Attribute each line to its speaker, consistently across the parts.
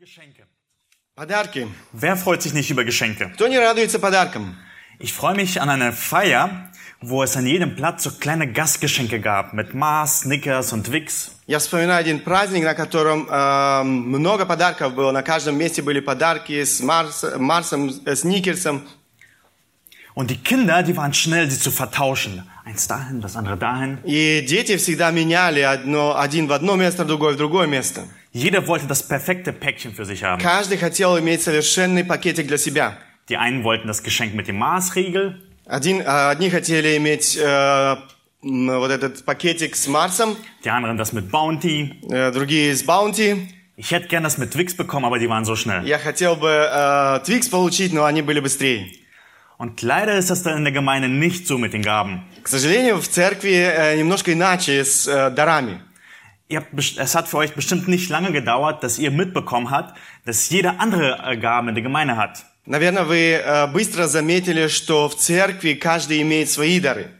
Speaker 1: Geschenke.
Speaker 2: Подарки.
Speaker 1: Wer freut sich nicht über Geschenke?
Speaker 2: Кто не радуется подаркам?
Speaker 1: Ich freue mich an eine Feier, wo es an jedem Platz so kleine Gastgeschenke gab mit Mars, Snickers und Wix.
Speaker 2: Я вспоминаю один праздник, на котором эм, много подарков было. На каждом месте были подарки с Марс, Марсом, э, Сникерсом.
Speaker 1: Und die Kinder, die waren schnell, sie zu vertauschen. Eins dahin, das andere dahin.
Speaker 2: И дети всегда меняли одно, один в одно место, другой в другое место.
Speaker 1: Jeder wollte das perfekte Päckchen für sich haben.
Speaker 2: Каждый хотел иметь совершенный пакетик для себя.
Speaker 1: Die einen wollten das Geschenk mit dem Maßriegel,
Speaker 2: Один, э, одни хотели иметь э, м, вот этот пакетик с Марсом,
Speaker 1: die anderen das mit Bounty.
Speaker 2: э, другие с Баунти.
Speaker 1: Ich hätte gern das mit Wix bekommen, aber die waren so schnell.
Speaker 2: Я хотел бы э, Твикс получить, но они были быстрее.
Speaker 1: Und leider ist das dann in der Gemeinde nicht so mit den Gaben.
Speaker 2: К сожалению, в церкви э, немножко иначе с э, дарами.
Speaker 1: Ihr habt, best- es hat für euch bestimmt nicht lange gedauert, dass ihr mitbekommen habt, dass jeder andere äh, Gaben in der Gemeinde hat.
Speaker 2: Наверное, вы э, быстро заметили, что в церкви каждый имеет свои дары.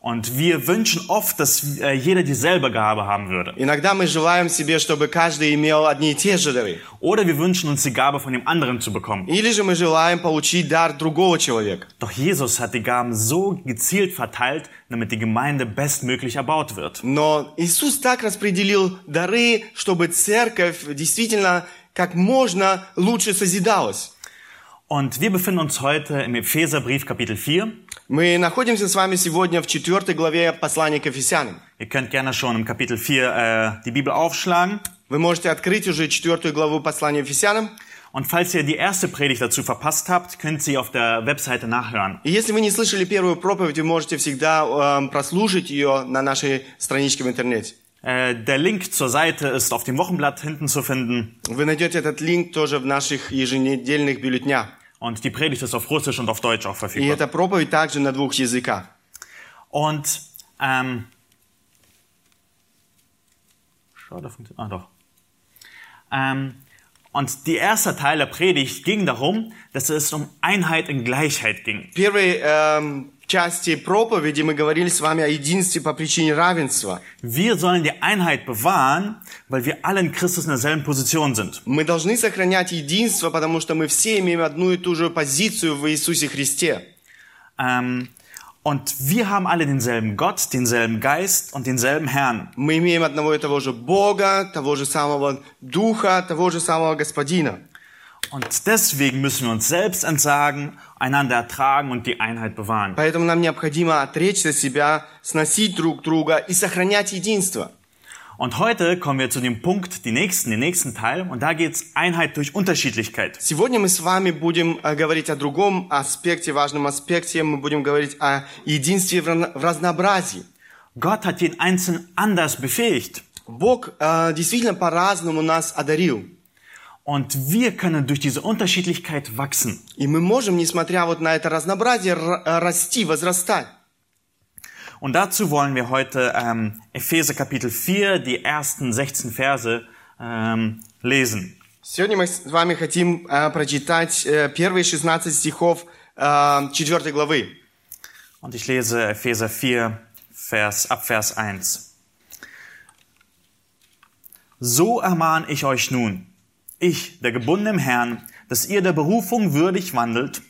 Speaker 1: Und wir wünschen oft, dass äh, jeder dieselbe Gabe haben würde.
Speaker 2: Иногда мы желаем себе, чтобы каждый имел одни и те же дары.
Speaker 1: Oder wir wünschen uns die Gabe von dem anderen zu bekommen.
Speaker 2: Или же мы желаем получить дар другого человека.
Speaker 1: Doch Jesus hat die Gaben so gezielt verteilt, damit die Gemeinde bestmöglich erbaut wird.
Speaker 2: Но Иисус так распределил дары, чтобы церковь действительно как можно лучше созидалась.
Speaker 1: Und wir befinden uns heute im Epheserbrief Kapitel 4.
Speaker 2: Мы находимся с вами сегодня в 4 главе послания к Ефесянам.
Speaker 1: Ihr könnt gerne schon im Kapitel 4 äh, die Bibel aufschlagen.
Speaker 2: Вы можете открыть уже 4 главу послания Ефесянам.
Speaker 1: Und falls ihr die erste Predigt dazu verpasst habt, könnt ihr sie auf der Webseite nachhören.
Speaker 2: И если вы не слышали первую проповедь, вы можете всегда эм, прослушать ее на нашей страничке в интернете.
Speaker 1: Äh, der Link zur Seite ist auf dem Wochenblatt hinten zu finden
Speaker 2: Вы найдете этот линк тоже в наших еженедельных бюллетнях.
Speaker 1: und die Predigt ist auf Russisch und auf Deutsch auch
Speaker 2: И
Speaker 1: verfügbar.
Speaker 2: эта проповедь также на двух языках.
Speaker 1: Und ähm, schade, funktioniert. Ah, doch. Ähm, und die erste Teil der Predigt ging darum, dass es um Einheit in Gleichheit ging.
Speaker 2: В первой эм, части проповеди мы говорили с вами о единстве по причине равенства.
Speaker 1: Wir sollen die Einheit bewahren, weil wir alle in Christus in derselben Position sind.
Speaker 2: Мы должны сохранять единство, потому что мы все имеем одну и ту же позицию в Иисусе Христе.
Speaker 1: Ähm, und wir haben alle denselben Gott, denselben Geist und denselben Herrn.
Speaker 2: Мы имеем одного и того же Бога, того же самого Духа, того же самого Господина.
Speaker 1: Und deswegen müssen wir uns selbst entsagen, einander ertragen und die Einheit bewahren.
Speaker 2: Поэтому нам необходимо отречься себя, сносить друг друга и сохранять единство.
Speaker 1: Und heute kommen wir zu dem Punkt, die nächsten, den nächsten Teil, und da geht's Einheit durch Unterschiedlichkeit.
Speaker 2: Сегодня мы с вами будем э, говорить о другом аспекте, важном аспекте. Мы будем говорить о единстве в рано- в разнообразии.
Speaker 1: Gott hat jeden Einzelnen anders befähigt.
Speaker 2: Бог э, действительно по-разному нас одарил.
Speaker 1: Und wir können durch diese Unterschiedlichkeit wachsen.
Speaker 2: И мы можем, несмотря вот на это разнообразие, р- э, расти, возрастать.
Speaker 1: Und dazu wollen wir heute ähm, Epheser Kapitel 4, die ersten 16 Verse ähm, lesen.
Speaker 2: Сегодня мы с вами хотим э, прочитать э, первые 16 стихов 4 главы.
Speaker 1: Und ich lese Epheser 4, Vers, ab Vers 1. So ermahne ich euch nun, ich, der gebundene im Herrn, dass ihr der Berufung würdig wandelt,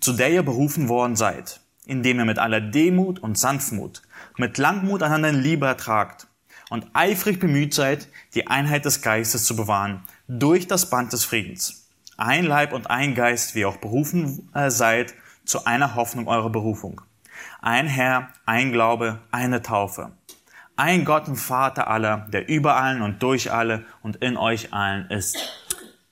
Speaker 1: zu der ihr berufen worden seid, indem ihr mit aller Demut und Sanftmut, mit Langmut einander in Liebe ertragt und eifrig bemüht seid, die Einheit des Geistes zu bewahren, durch das Band des Friedens. Ein Leib und ein Geist, wie ihr auch berufen äh, seid, zu einer Hoffnung eurer Berufung. Ein Herr, ein Glaube, eine Taufe. Ein Gott und Vater aller, der über allen und durch alle und in euch allen ist.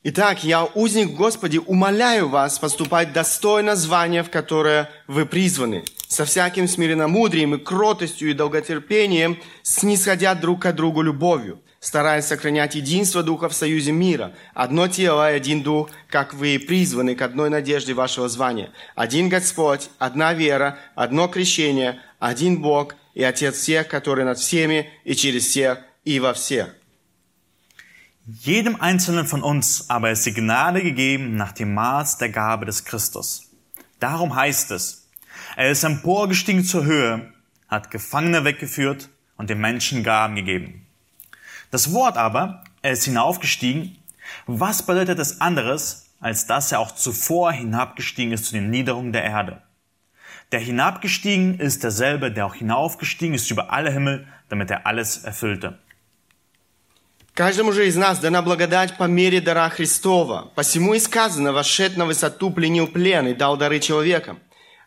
Speaker 2: Итак, я, узник Господи, умоляю вас поступать достойно звания, в которое вы призваны, со всяким смиренномудрием и кротостью и долготерпением, снисходя друг к другу любовью, стараясь сохранять единство Духа в союзе мира, одно тело и один Дух, как вы и призваны к одной надежде вашего звания. Один Господь, одна вера, одно крещение, один Бог и Отец всех, который над всеми и через всех и во всех.
Speaker 1: Jedem Einzelnen von uns aber ist die Gnade gegeben nach dem Maß der Gabe des Christus. Darum heißt es, er ist emporgestiegen zur Höhe, hat Gefangene weggeführt und den Menschen Gaben gegeben. Das Wort aber, er ist hinaufgestiegen, Was bedeutet es anderes, als dass er auch zuvor hinabgestiegen ist zu den Niederungen der Erde? Der hinabgestiegen ist derselbe, der auch hinaufgestiegen ist über alle Himmel, damit er alles erfüllte.
Speaker 2: Каждому же из нас дана благодать по мере дара Христова. Посему и сказано, вошед на высоту, пленил плен и дал дары человекам.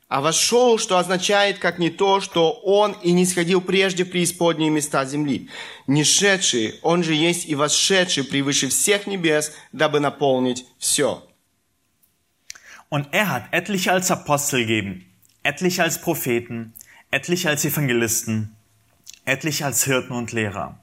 Speaker 2: А вошел, что означает, как не то, что он и не сходил прежде в преисподние места земли. Не шедший, он же есть и восшедший превыше всех небес, дабы наполнить все.
Speaker 1: Und er hat etliche als Apostel gegeben, etliche als Propheten, etliche als Evangelisten, etliche als Hirten und Lehrer.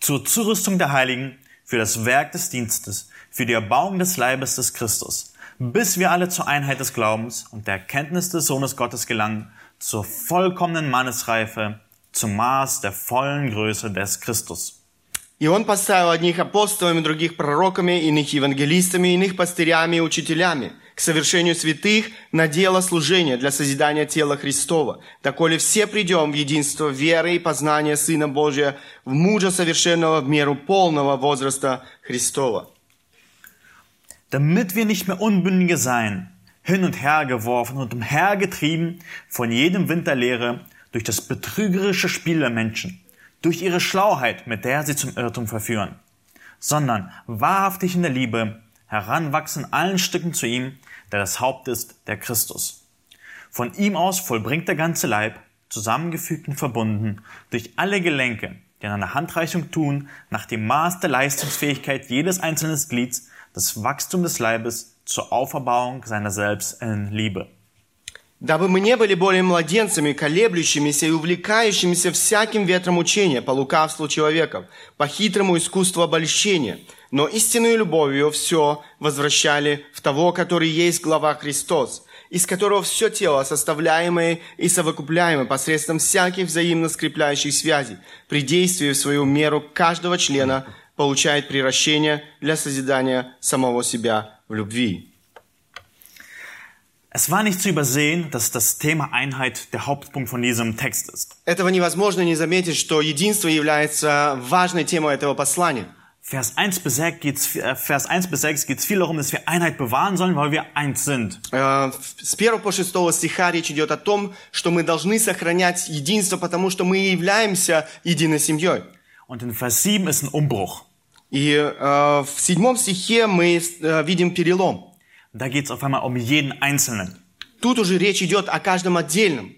Speaker 1: Zur Zurüstung der Heiligen, für das Werk des Dienstes, für die Erbauung des Leibes des Christus, bis wir alle zur Einheit des Glaubens und der Erkenntnis des Sohnes Gottes gelangen, zur vollkommenen Mannesreife, zum Maß der vollen Größe des Christus.
Speaker 2: И он поставил одних апостолами, других пророками, иных евангелистами, иных пастырями и учителями к совершению святых на дело служения для созидания тела Христова, доколе все придем в единство веры и познания Сына Божия, в мужа совершенного в меру полного возраста Христова.
Speaker 1: damit wir nicht mehr Unbündige sein, hin und her geworfen und umhergetrieben von jedem Wind der Lehre durch das betrügerische Spiel der Menschen, durch ihre Schlauheit, mit der sie zum Irrtum verführen, sondern wahrhaftig in der Liebe heranwachsen in allen Stücken zu ihm, der das Haupt ist, der Christus. Von ihm aus vollbringt der ganze Leib, zusammengefügt und verbunden, durch alle Gelenke, die an einer Handreichung tun, nach dem Maß der Leistungsfähigkeit jedes einzelnen Glieds, das Wachstum des Leibes zur Auferbauung seiner selbst in Liebe.
Speaker 2: Дабы мы не были более младенцами, колеблющимися и увлекающимися всяким ветром учения по лукавству человеков, по хитрому искусству обольщения, но истинную любовью все возвращали в того, который есть глава Христос, из которого все тело, составляемое и совокупляемое посредством всяких взаимно скрепляющих связей, при действии в свою меру каждого члена получает превращение для созидания самого себя в любви.
Speaker 1: Es war nicht zu übersehen, dass das Thema Einheit der Hauptpunkt von diesem Text ist.
Speaker 2: Этого невозможно не заметить, что единство является важной темой этого послания.
Speaker 1: Vers 1 bis 6 geht's, äh, Vers 1 bis 6 geht's viel darum, dass wir Einheit bewahren sollen, weil wir eins sind.
Speaker 2: Э, С 1 по 6 стиха речь идет о том, что мы должны сохранять единство, потому что мы являемся единой семьей.
Speaker 1: Und in Vers 7 ist ein Umbruch.
Speaker 2: И э, в 7 стихе мы э, видим перелом.
Speaker 1: Da geht's auf einmal um jeden Einzelnen.
Speaker 2: Тут уже речь идет о каждом отдельном.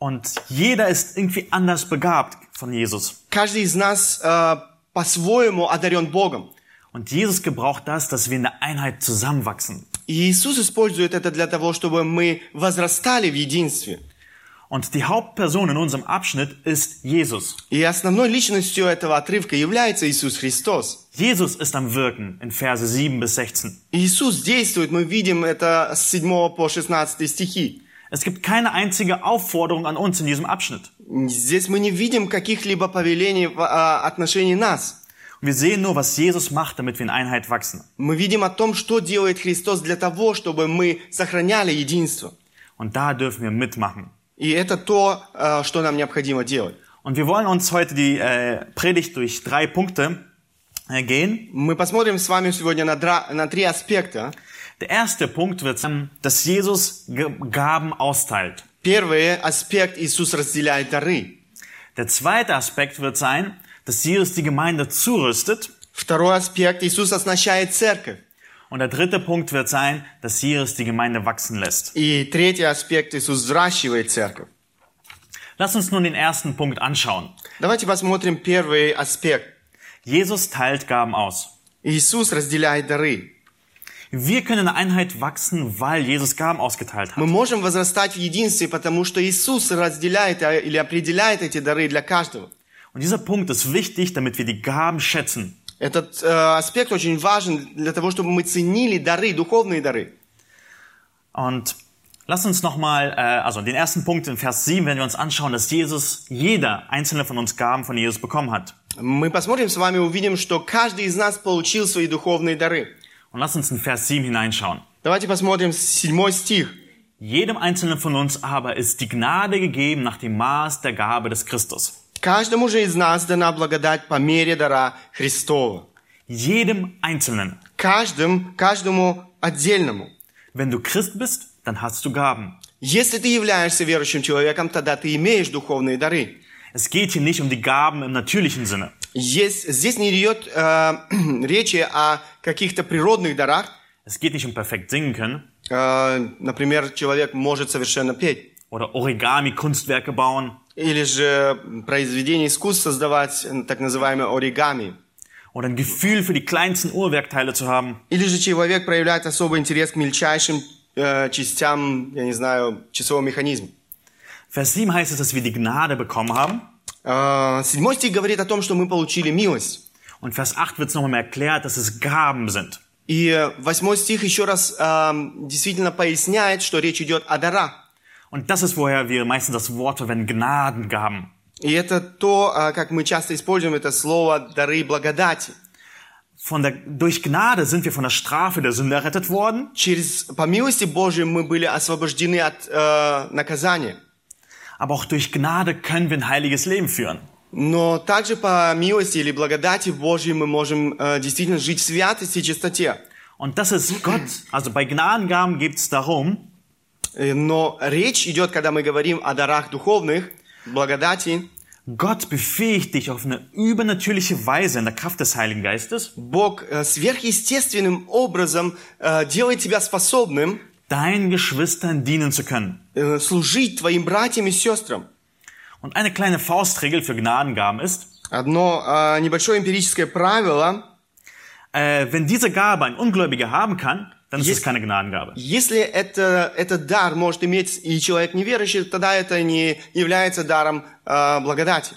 Speaker 1: Und jeder ist irgendwie anders begabt von Jesus.
Speaker 2: Каждый из нас э, по-своему одарен Богом.
Speaker 1: Und Jesus gebraucht das, dass wir in der Einheit zusammenwachsen.
Speaker 2: И Иисус использует это для того, чтобы мы возрастали в единстве.
Speaker 1: Und die Hauptperson in unserem Abschnitt ist Jesus.
Speaker 2: И основной личностью этого отрывка является Иисус Христос.
Speaker 1: Jesus ist am Wirken in Verse 7 bis 16.
Speaker 2: Иисус действует, мы видим это с 7 по 16 стихи.
Speaker 1: Es gibt keine einzige Aufforderung an uns in diesem Abschnitt.
Speaker 2: Здесь мы не видим каких-либо повелений в а, отношении нас.
Speaker 1: Und wir sehen nur, was Jesus macht, damit wir in Einheit wachsen.
Speaker 2: Мы видим о том, что делает Христос для того, чтобы мы сохраняли единство.
Speaker 1: Und da dürfen wir mitmachen.
Speaker 2: И это то, а, что нам необходимо делать.
Speaker 1: Und wir wollen uns heute die äh, Predigt durch drei Punkte äh, gehen.
Speaker 2: Мы посмотрим с вами сегодня на, дра- на три аспекта.
Speaker 1: Der erste Punkt wird sein, dass Jesus Ge- Gaben austeilt.
Speaker 2: Первый аспект – Иисус разделяет дары.
Speaker 1: Der zweite Aspekt wird sein, dass Jesus die Gemeinde zurüstet.
Speaker 2: Второй аспект – Иисус оснащает церковь.
Speaker 1: Und der dritte Punkt wird sein, dass Jesus die Gemeinde wachsen lässt.
Speaker 2: И третий аспект – Иисус взращивает церковь.
Speaker 1: Lass uns nun den ersten Punkt anschauen.
Speaker 2: Давайте посмотрим первый аспект.
Speaker 1: Jesus teilt Gaben aus.
Speaker 2: Иисус разделяет дары.
Speaker 1: Wir können in der Einheit wachsen, weil Jesus Gaben ausgeteilt hat.
Speaker 2: Мы можем возрастать в единстве, потому что Иисус разделяет а, или определяет эти дары для каждого.
Speaker 1: Und dieser Punkt ist wichtig, damit wir die Gaben schätzen.
Speaker 2: Этот э, аспект очень важен для того, чтобы мы ценили дары, духовные дары.
Speaker 1: Und lass uns nochmal, äh, also den ersten Punkt in Vers 7, wenn wir uns anschauen, dass Jesus, jeder einzelne von uns Gaben von Jesus bekommen hat.
Speaker 2: Мы посмотрим с вами, увидим, что каждый из нас получил свои духовные дары.
Speaker 1: Und lass uns in Vers 7 hineinschauen.
Speaker 2: Давайте посмотрим седьмой стих.
Speaker 1: Jedem Einzelnen von uns aber ist die Gnade gegeben nach dem Maß der Gabe des Christus.
Speaker 2: Каждому же из нас дана благодать по мере дара Христова.
Speaker 1: jedem Einzelnen.
Speaker 2: каждым, каждому отдельному.
Speaker 1: Wenn du Christ bist, dann hast du Gaben.
Speaker 2: Если ты являешься верующим человеком, тогда ты имеешь духовные дары.
Speaker 1: Es geht hier nicht um die Gaben im natürlichen Sinne.
Speaker 2: Есть- здесь не идет э, речи о каких-то природных дарах.
Speaker 1: Es geht nicht um perfekt singen können
Speaker 2: Э, например, человек может совершенно петь.
Speaker 1: oder Origami-Kunstwerke bauen
Speaker 2: Или же произведение искусств создавать, э, так называемое оригами.
Speaker 1: oder ein Gefühl für die kleinsten Uhrwerkteile zu haben.
Speaker 2: Или же человек проявляет особый интерес к мельчайшим э, частям, я не знаю, часового механизма.
Speaker 1: Vers 7 heißt es, dass wir die Gnade bekommen haben.
Speaker 2: Э, Седьмой стих говорит о том, что мы получили милость.
Speaker 1: Und Vers 8 wird es nochmal erklärt, dass es Gaben sind.
Speaker 2: И э, восьмой стих еще раз э, действительно поясняет, что речь идет о дарах.
Speaker 1: Und das ist, woher wir meistens das Wort verwenden, Gnadengaben.
Speaker 2: И это то, а, как мы часто используем это слово «дары благодати».
Speaker 1: Von der, durch Gnade sind wir von der Strafe der Sünde errettet worden,
Speaker 2: Через, по милости Божьей мы были освобождены от э, наказания.
Speaker 1: aber auch durch Gnade können wir ein heiliges Leben führen.
Speaker 2: Но также по милости или благодати Божьей мы можем э, действительно жить в святости и чистоте.
Speaker 1: Und das ist Gott, also bei Gnadengaben geht es darum,
Speaker 2: Э, Но речь идет, когда мы говорим о дарах духовных, благодати,
Speaker 1: Gott befähigt dich auf eine übernatürliche Weise in der Kraft des Heiligen Geistes,
Speaker 2: Бог э, сверхъестественным образом э, делает тебя способным
Speaker 1: deinen Geschwistern dienen zu können.
Speaker 2: э, служить твоим братьям и сестрам.
Speaker 1: Und eine kleine Faustregel für Gnadengaben ist,
Speaker 2: Одно э, небольшое эмпирическое правило –
Speaker 1: äh, wenn diese Gabe ein Ungläubiger haben kann, dann ist es keine Gnadengabe.
Speaker 2: Если это, этот дар может иметь и человек неверующий, тогда это не является даром э, благодати.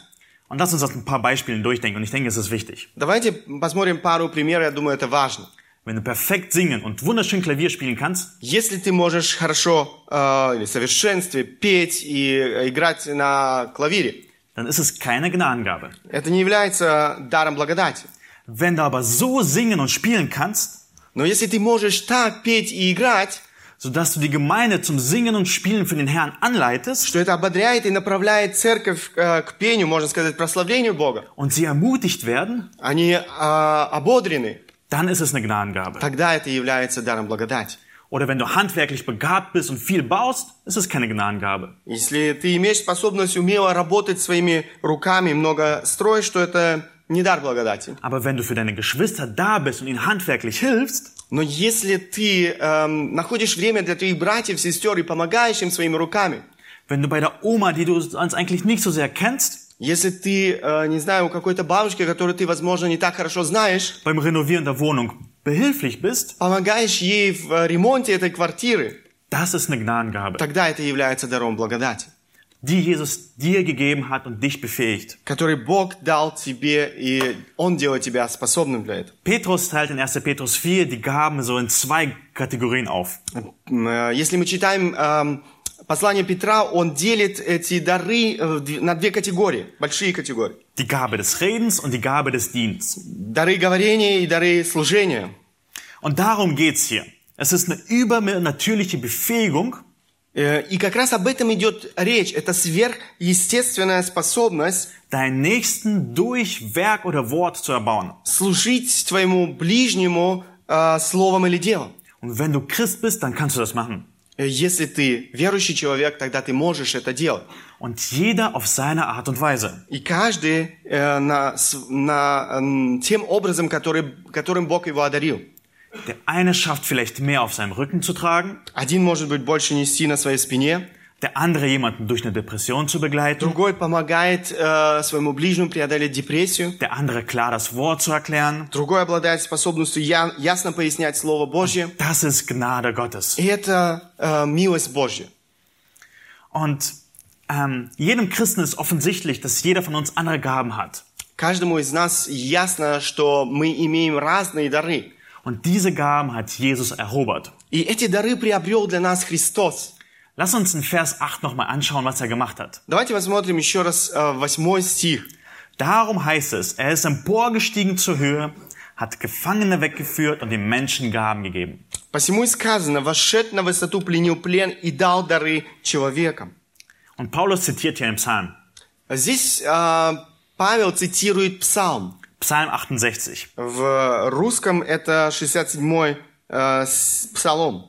Speaker 1: Und lass uns das ein paar Beispielen durchdenken. Und ich denke, es ist wichtig.
Speaker 2: Давайте посмотрим пару примеров, я думаю, это важно.
Speaker 1: Wenn du perfekt singen und wunderschön Klavier spielen kannst,
Speaker 2: Если ты можешь хорошо э, или в совершенстве петь и э, играть на клавире,
Speaker 1: dann ist es keine Gnadengabe.
Speaker 2: это не является даром благодати.
Speaker 1: Wenn du aber so singen und spielen kannst,
Speaker 2: Но если ты можешь так петь и играть,
Speaker 1: sodass du die Gemeinde zum Singen und Spielen für den Herrn anleitest
Speaker 2: что это ободряет и направляет церковь э, к пению, можно сказать, прославлению Бога,
Speaker 1: und sie ermutigt werden,
Speaker 2: они э, ободрены,
Speaker 1: dann ist es eine Gnadengabe.
Speaker 2: тогда это является даром благодати.
Speaker 1: Oder wenn du handwerklich begabt bist und viel baust, ist es keine Gnadengabe.
Speaker 2: Если ты имеешь способность умело работать своими руками, много строишь, то это не дар благодати.
Speaker 1: Aber wenn du für deine Geschwister da bist und ihnen handwerklich hilfst,
Speaker 2: Но если ты эм, находишь время для твоих братьев, сестер и помогаешь им своими руками,
Speaker 1: wenn du bei der Oma, die du sonst eigentlich nicht so sehr kennst,
Speaker 2: если ты, э, не знаю, у какой-то бабушки, которую ты, возможно, не так хорошо знаешь,
Speaker 1: beim Renovieren der Wohnung behilflich bist,
Speaker 2: помогаешь ей в э, ремонте этой квартиры,
Speaker 1: Das ist eine Gnadengabe,
Speaker 2: тогда это является даром благодати,
Speaker 1: die Jesus dir gegeben hat und dich befähigt.
Speaker 2: который Бог дал тебе, и Он делает тебя способным для этого.
Speaker 1: Petrus teilt in 1. Petrus 4 die Gaben so in zwei Kategorien auf.
Speaker 2: М, э, Если мы читаем эм, послание Петра, он делит эти дары э, в две- на две категории, большие категории.
Speaker 1: Die Gabe des Redens und die Gabe des Dienstes.
Speaker 2: Дары говорения и дары служения.
Speaker 1: Und darum geht's hier. Es ist eine übernatürliche Befähigung,
Speaker 2: Э, И как раз об этом идет речь. Это сверхъестественная способность
Speaker 1: deinen Nächsten durch Werk oder Wort zu erbauen.
Speaker 2: служить твоему ближнему э, словом или делом.
Speaker 1: Und wenn du Christ bist, dann kannst du das machen.
Speaker 2: Э, Если ты верующий человек, тогда ты можешь это делать.
Speaker 1: Und jeder auf seine Art und Weise.
Speaker 2: И каждый э, на, с- на, м, тем образом, который, которым Бог его одарил.
Speaker 1: Der eine schafft vielleicht mehr auf seinem Rücken zu tragen,
Speaker 2: Один, может быть, больше нести на своей спине,
Speaker 1: der andere jemanden durch eine Depression zu begleiten,
Speaker 2: Другой помогает э, своему ближнему преодолеть депрессию.
Speaker 1: der andere klar das Wort zu erklären.
Speaker 2: Другой обладает способностью я- ясно пояснять Слово Божье.
Speaker 1: Das ist Gnade Gottes.
Speaker 2: И это э, милость Божья.
Speaker 1: Und ähm, jedem Christen ist offensichtlich, dass jeder von uns andere Gaben hat.
Speaker 2: Каждому из нас ясно, что мы имеем разные дары.
Speaker 1: Und diese Gaben hat Jesus erobert.
Speaker 2: И эти дары приобрел для нас Христос.
Speaker 1: Lass uns in Vers 8 nochmal anschauen, was er gemacht hat.
Speaker 2: Давайте посмотрим еще раз э, восьмой стих.
Speaker 1: Darum heißt es, er ist emporgestiegen zur Höhe, hat Gefangene weggeführt und den Menschen Gaben gegeben.
Speaker 2: «Посему и сказано, вошед на высоту пленил плен и дал дары человекам».
Speaker 1: Und Paulus zitiert hier im Psalm.
Speaker 2: Здесь э, Павел цитирует Псалм.
Speaker 1: Psalm 68.
Speaker 2: В русском это 67-й э, с- псалом.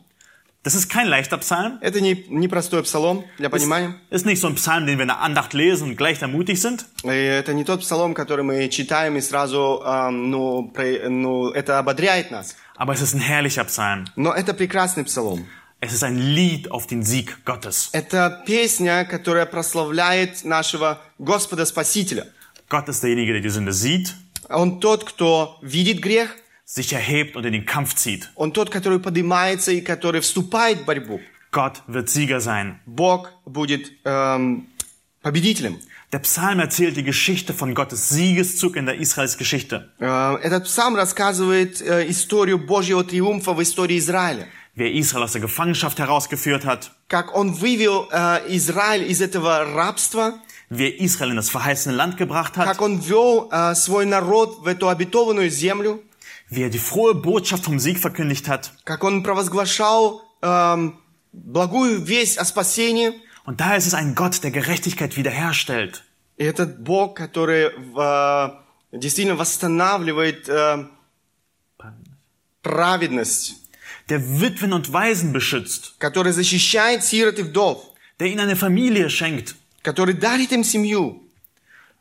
Speaker 1: Das ist kein leichter Psalm.
Speaker 2: Это не непростой псалом для понимания.
Speaker 1: Ist nicht so ein Psalm, den wir in der Andacht lesen und gleich da mutig sind.
Speaker 2: И это не тот псалом, который мы читаем и сразу, ам, ну, про- ну, это ободряет нас.
Speaker 1: Aber es ist ein herrlicher Psalm.
Speaker 2: Но это прекрасный псалом.
Speaker 1: Es ist ein Lied auf den Sieg Gottes.
Speaker 2: Это песня, которая прославляет нашего Господа Спасителя.
Speaker 1: Gott ist derjenige, der die Sünde sieht,
Speaker 2: Он тот, кто видит грех,
Speaker 1: sich erhebt und in den Kampf zieht.
Speaker 2: он тот, который поднимается и который вступает в борьбу.
Speaker 1: Gott wird Sieger sein.
Speaker 2: Бог будет эм, победителем.
Speaker 1: Der Psalm erzählt die Geschichte von Gottes Siegeszug in der Israels Geschichte.
Speaker 2: Э, Этот псалм рассказывает э, историю Божьего триумфа в истории Израиля.
Speaker 1: Wie er Israel aus der Gefangenschaft herausgeführt hat,
Speaker 2: Как он вывел э, Израиль из этого рабства,
Speaker 1: wie er Israel in das verheißene Land gebracht hat,
Speaker 2: как он вел э, свой народ в эту обетованную землю,
Speaker 1: wie er die frohe Botschaft vom Sieg verkündigt hat.
Speaker 2: как он провозглашал эм, благую весть о спасении.
Speaker 1: Und daher ist es ein Gott, der Gerechtigkeit wiederherstellt.
Speaker 2: И этот Бог, который э, действительно восстанавливает э, праведность,
Speaker 1: der Witwen und Waisen beschützt,
Speaker 2: который защищает сирот и вдов,
Speaker 1: der ihnen eine Familie schenkt.
Speaker 2: который дарит им семью.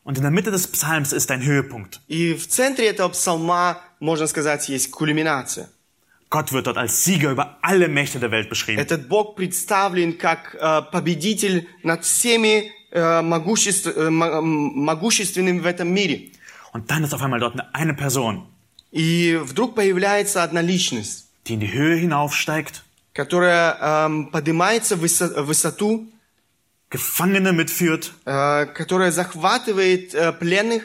Speaker 1: Und in der Mitte des Psalms ist ein Höhepunkt.
Speaker 2: И в центре этого псалма, можно сказать, есть кульминация.
Speaker 1: Gott wird dort als Sieger über alle Mächte der Welt beschrieben.
Speaker 2: Этот Бог представлен как э, победитель над всеми э, могуществ- э, мо- м- могущественными в этом мире.
Speaker 1: Und dann ist auf einmal dort eine Person,
Speaker 2: И вдруг появляется одна личность,
Speaker 1: die in die Höhe hinaufsteigt,
Speaker 2: которая эм, поднимается в высо- в высоту,
Speaker 1: Gefangene mitführt
Speaker 2: э, которая захватывает э, пленных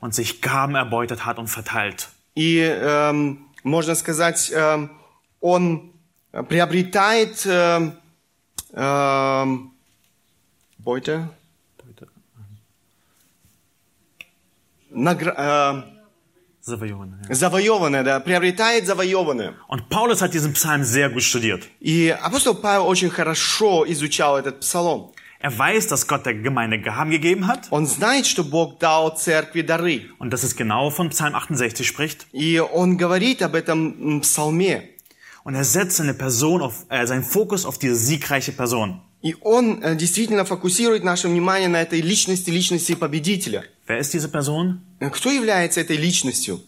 Speaker 1: und sich Gaben erbeutet hat und verteilt.
Speaker 2: и, эм, можно сказать, эм, он приобретает эм, эм, Бойте? Награ- эм,
Speaker 1: Savionen, ne? ja.
Speaker 2: завоеванное, да, приобретает завоеванное.
Speaker 1: Und Paulus hat diesen Psalm sehr gut studiert.
Speaker 2: И апостол Павел очень хорошо изучал этот псалом.
Speaker 1: Er weiß, dass Gott der Gemeinde Gaben gegeben hat
Speaker 2: Он знает, что Бог дал церкви дары.
Speaker 1: und dass es genau von Psalm 68 spricht.
Speaker 2: И он говорит об этом м, псалме.
Speaker 1: Und er setzt seine Person auf, äh, seinen Fokus auf diese siegreiche Person.
Speaker 2: И он э, действительно фокусирует наше внимание на этой личности, личности победителя.
Speaker 1: Wer ist diese Person?
Speaker 2: Э, Кто является этой личностью?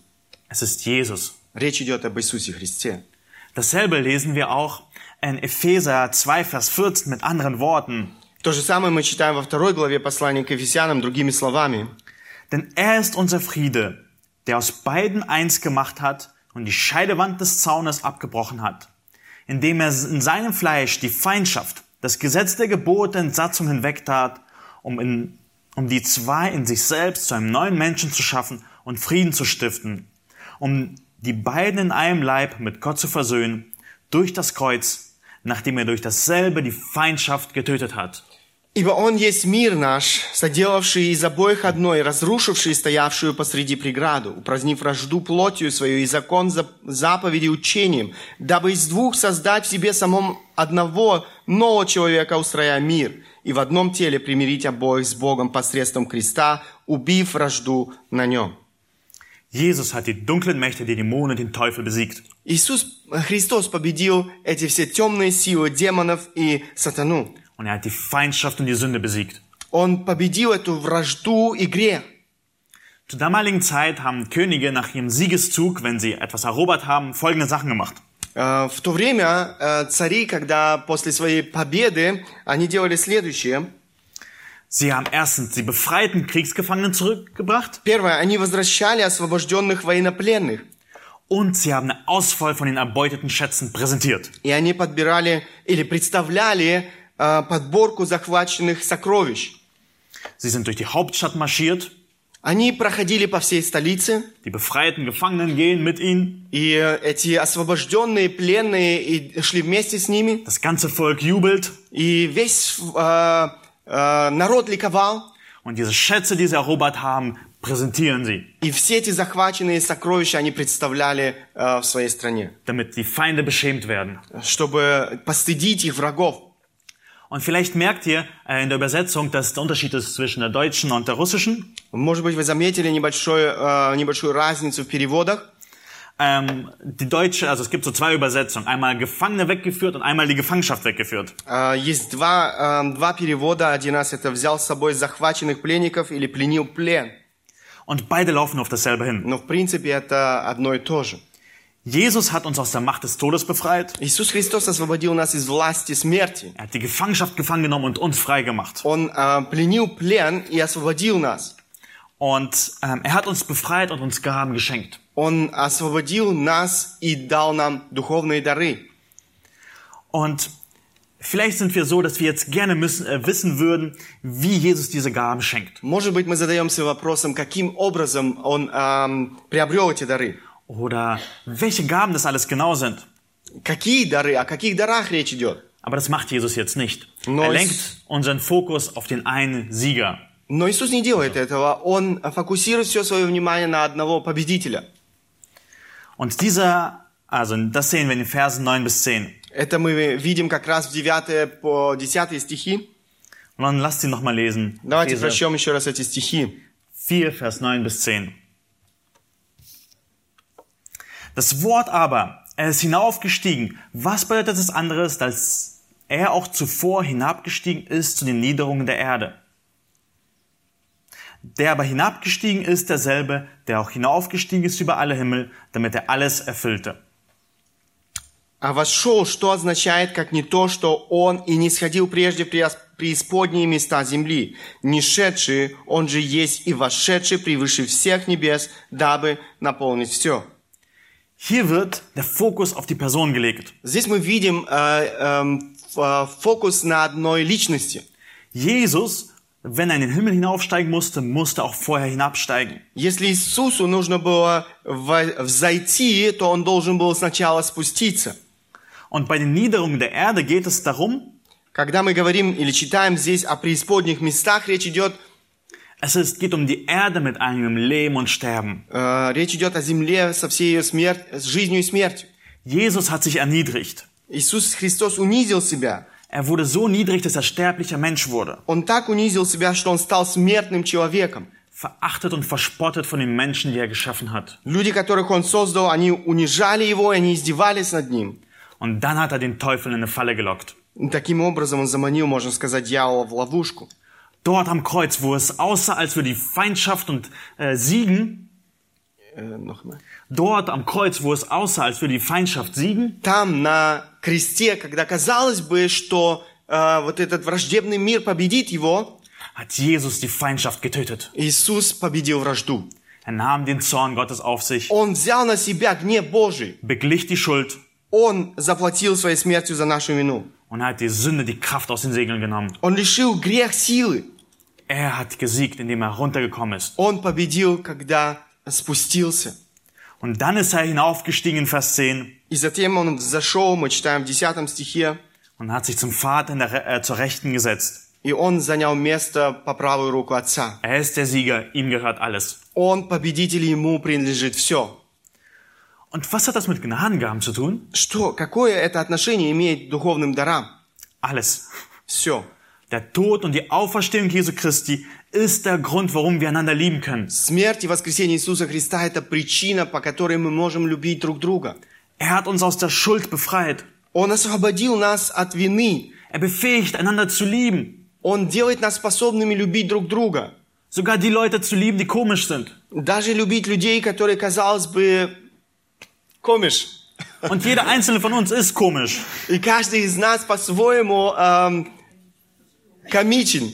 Speaker 1: Es ist Jesus.
Speaker 2: Речь идет об Иисусе Христе.
Speaker 1: Dasselbe lesen wir auch in Epheser 2, Vers 14 mit anderen Worten.
Speaker 2: То же самое мы читаем во второй главе послания к Ефесянам другими словами.
Speaker 1: Denn er ist unser Friede, der aus beiden eins gemacht hat und die Scheidewand des Zaunes abgebrochen hat, indem er in seinem Fleisch die Feindschaft, das Gesetz der Gebote und Satzung hinwegtat, um, in, um die zwei in sich selbst zu einem neuen Menschen zu schaffen und Frieden zu stiften, um die beiden in einem Leib mit Gott zu versöhnen, durch das Kreuz, nachdem er durch dasselbe die Feindschaft getötet hat.
Speaker 2: «Ибо Он есть мир наш, соделавший из обоих одно и разрушивший стоявшую посреди преграду, упразднив вражду плотью свою и закон зап- заповеди учением, дабы из двух создать в себе самом одного нового человека, устроя мир, и в одном теле примирить обоих с Богом посредством креста, убив вражду на нем».
Speaker 1: Jesus hat die dunklen Mächte, die Dämonen, den Teufel besiegt.
Speaker 2: Иисус э, Христос победил эти все темные силы демонов и сатану.
Speaker 1: Und er hat die Feindschaft und die Sünde besiegt.
Speaker 2: Он победил эту вражду и грех.
Speaker 1: Zur damaligen Zeit haben Könige nach ihrem Siegeszug, wenn sie etwas erobert haben, folgende Sachen gemacht.
Speaker 2: Э, В то время э, цари, когда после своей победы, они делали следующее.
Speaker 1: Sie haben erstens die befreiten Kriegsgefangenen zurückgebracht
Speaker 2: Первое, они возвращали освобожденных военнопленных,
Speaker 1: und sie haben eine Auswahl von den erbeuteten Schätzen präsentiert.
Speaker 2: и они подбирали или представляли э, подборку захваченных сокровищ.
Speaker 1: Sie sind durch die Hauptstadt marschiert,
Speaker 2: Они проходили по всей столице,
Speaker 1: die befreiten Gefangenen gehen mit ihnen,
Speaker 2: и э, эти освобожденные пленные и шли вместе с ними,
Speaker 1: das ganze Volk jubelt
Speaker 2: и весь э, э, народ ликовал,
Speaker 1: und diese Schätze, die sie erobert haben, präsentieren sie,
Speaker 2: и все эти захваченные сокровища они представляли э, в своей стране,
Speaker 1: damit die Feinde beschämt werden.
Speaker 2: чтобы постыдить их врагов.
Speaker 1: Und vielleicht merkt ihr äh, in der Übersetzung, dass der Unterschied ist zwischen der deutschen und der russischen.
Speaker 2: Может быть, вы заметили небольшую, э, небольшую разницу в переводах.
Speaker 1: Ähm, die deutsche, also es gibt so zwei Übersetzungen. Einmal Gefangene weggeführt und einmal die Gefangenschaft weggeführt.
Speaker 2: Э, Есть два, э, два перевода. Один раз это «взял с собой захваченных пленников» или «пленил плен».
Speaker 1: Und beide laufen auf dasselbe hin.
Speaker 2: Но, в принципе, это одно и то же.
Speaker 1: Jesus hat uns aus der Macht des Todes befreit.
Speaker 2: Иисус Христос освободил нас из власти смерти.
Speaker 1: Er hat die Gefangenschaft gefangen genommen und uns frei gemacht.
Speaker 2: Он э, пленил плен и освободил нас.
Speaker 1: Und ähm, er hat uns befreit und uns Gaben geschenkt.
Speaker 2: Он освободил нас и дал нам духовные дары.
Speaker 1: Und vielleicht sind wir so, dass wir jetzt gerne müssen, äh, wissen würden, wie Jesus diese Gaben schenkt.
Speaker 2: Может быть, мы задаемся вопросом, каким образом он эм, приобрел эти дары.
Speaker 1: Oder welche Gaben das alles genau sind.
Speaker 2: Какие дары, о каких дарах речь идет?
Speaker 1: Aber das macht Jesus jetzt nicht. Er
Speaker 2: Neues.
Speaker 1: lenkt unseren Fokus auf den einen Sieger.
Speaker 2: Но Иисус не делает этого. Он фокусирует все свое внимание на одного победителя.
Speaker 1: Und dieser, also das sehen wir in den Versen 9 bis 10.
Speaker 2: Это мы видим как раз в 9 по 10 стихи.
Speaker 1: Und dann lasst ihn nochmal lesen.
Speaker 2: Давайте
Speaker 1: Epheser
Speaker 2: прочтем еще раз эти стихи.
Speaker 1: 4, Vers 9 bis 10. Das Wort aber, er ist hinaufgestiegen. Was bedeutet es anderes, als er auch zuvor hinabgestiegen ist zu den Niederungen der Erde? Der aber hinabgestiegen ist, derselbe, der auch hinaufgestiegen ist über alle Himmel, damit er alles erfüllte.
Speaker 2: «А вошел», что означает, как не то, что он и не сходил прежде в преис- преисподние места земли. Не шедший, он же есть и вошедший превыше всех небес, дабы наполнить все.
Speaker 1: Hier wird der Fokus auf die Person gelegt.
Speaker 2: Здесь мы видим э, эм, ф- э, фокус на одной личности.
Speaker 1: Jesus, wenn er in den Himmel hinaufsteigen musste, musste auch vorher hinabsteigen.
Speaker 2: Если Иисусу нужно было во- взойти, то он должен был сначала спуститься.
Speaker 1: Und bei den Niederungen der Erde geht es darum,
Speaker 2: Когда мы говорим или читаем здесь о преисподних местах, речь идет,
Speaker 1: es ist, geht um die Erde mit all ihrem Leben und Sterben.
Speaker 2: э, речь идет о земле со всей ее смерть, с жизнью и смертью.
Speaker 1: Jesus hat sich erniedrigt.
Speaker 2: Иисус Христос унизил себя.
Speaker 1: Er wurde so niedrig, dass er sterblicher Mensch wurde.
Speaker 2: Он так унизил себя, что он стал смертным человеком.
Speaker 1: Verachtet und verspottet von den Menschen, die er geschaffen hat.
Speaker 2: Люди, которых он создал, они унижали его, и они издевались над ним.
Speaker 1: Und dann hat er den Teufel in eine Falle gelockt.
Speaker 2: И таким образом он заманил, можно сказать, дьявола в ловушку.
Speaker 1: Dort am Kreuz, wo es aussah, als würde die Feindschaft und äh, siegen,
Speaker 2: Э, нахуй.
Speaker 1: dort am Kreuz, wo es aussah, als würde die Feindschaft siegen,
Speaker 2: Там, на кресте, когда казалось бы, что э, вот этот враждебный мир победит его,
Speaker 1: hat Jesus die Feindschaft getötet.
Speaker 2: Иисус победил вражду.
Speaker 1: Er nahm den Zorn Gottes auf sich,
Speaker 2: Он взял на себя гнев Божий.
Speaker 1: beglich die Schuld
Speaker 2: Он заплатил своей смертью за нашу вину.
Speaker 1: und hat die Sünde die Kraft aus den Segeln genommen.
Speaker 2: Он лишил грех силы.
Speaker 1: Er hat gesiegt, indem er runtergekommen ist.
Speaker 2: Он победил, когда спустился.
Speaker 1: Und dann ist er hinaufgestiegen in Vers 10
Speaker 2: И затем он взошел, мы читаем в 10 стихе,
Speaker 1: und hat sich zum Vater in der, Re- äh, zur Rechten gesetzt.
Speaker 2: и он занял место по правую руку отца.
Speaker 1: Er ist der Sieger, ihm gehört alles.
Speaker 2: Он победитель, ему принадлежит все.
Speaker 1: Und was hat das mit Gnadengaben zu tun?
Speaker 2: Что, какое это отношение имеет к духовным дарам?
Speaker 1: Alles.
Speaker 2: Все.
Speaker 1: Der Tod und die Auferstehung Jesu Christi ist der Grund, warum wir einander lieben können.
Speaker 2: Смерть и воскресение Иисуса Христа – это причина, по которой мы можем любить друг друга.
Speaker 1: Er hat uns aus der Schuld befreit.
Speaker 2: Он освободил нас от вины.
Speaker 1: Er befähigt, einander zu lieben.
Speaker 2: Он делает нас способными любить друг друга.
Speaker 1: Sogar die Leute zu lieben, die komisch sind.
Speaker 2: Даже любить людей, которые, казалось бы, комиш.
Speaker 1: Und jeder einzelne von uns ist komisch.
Speaker 2: И каждый из нас по-своему эм, комичен.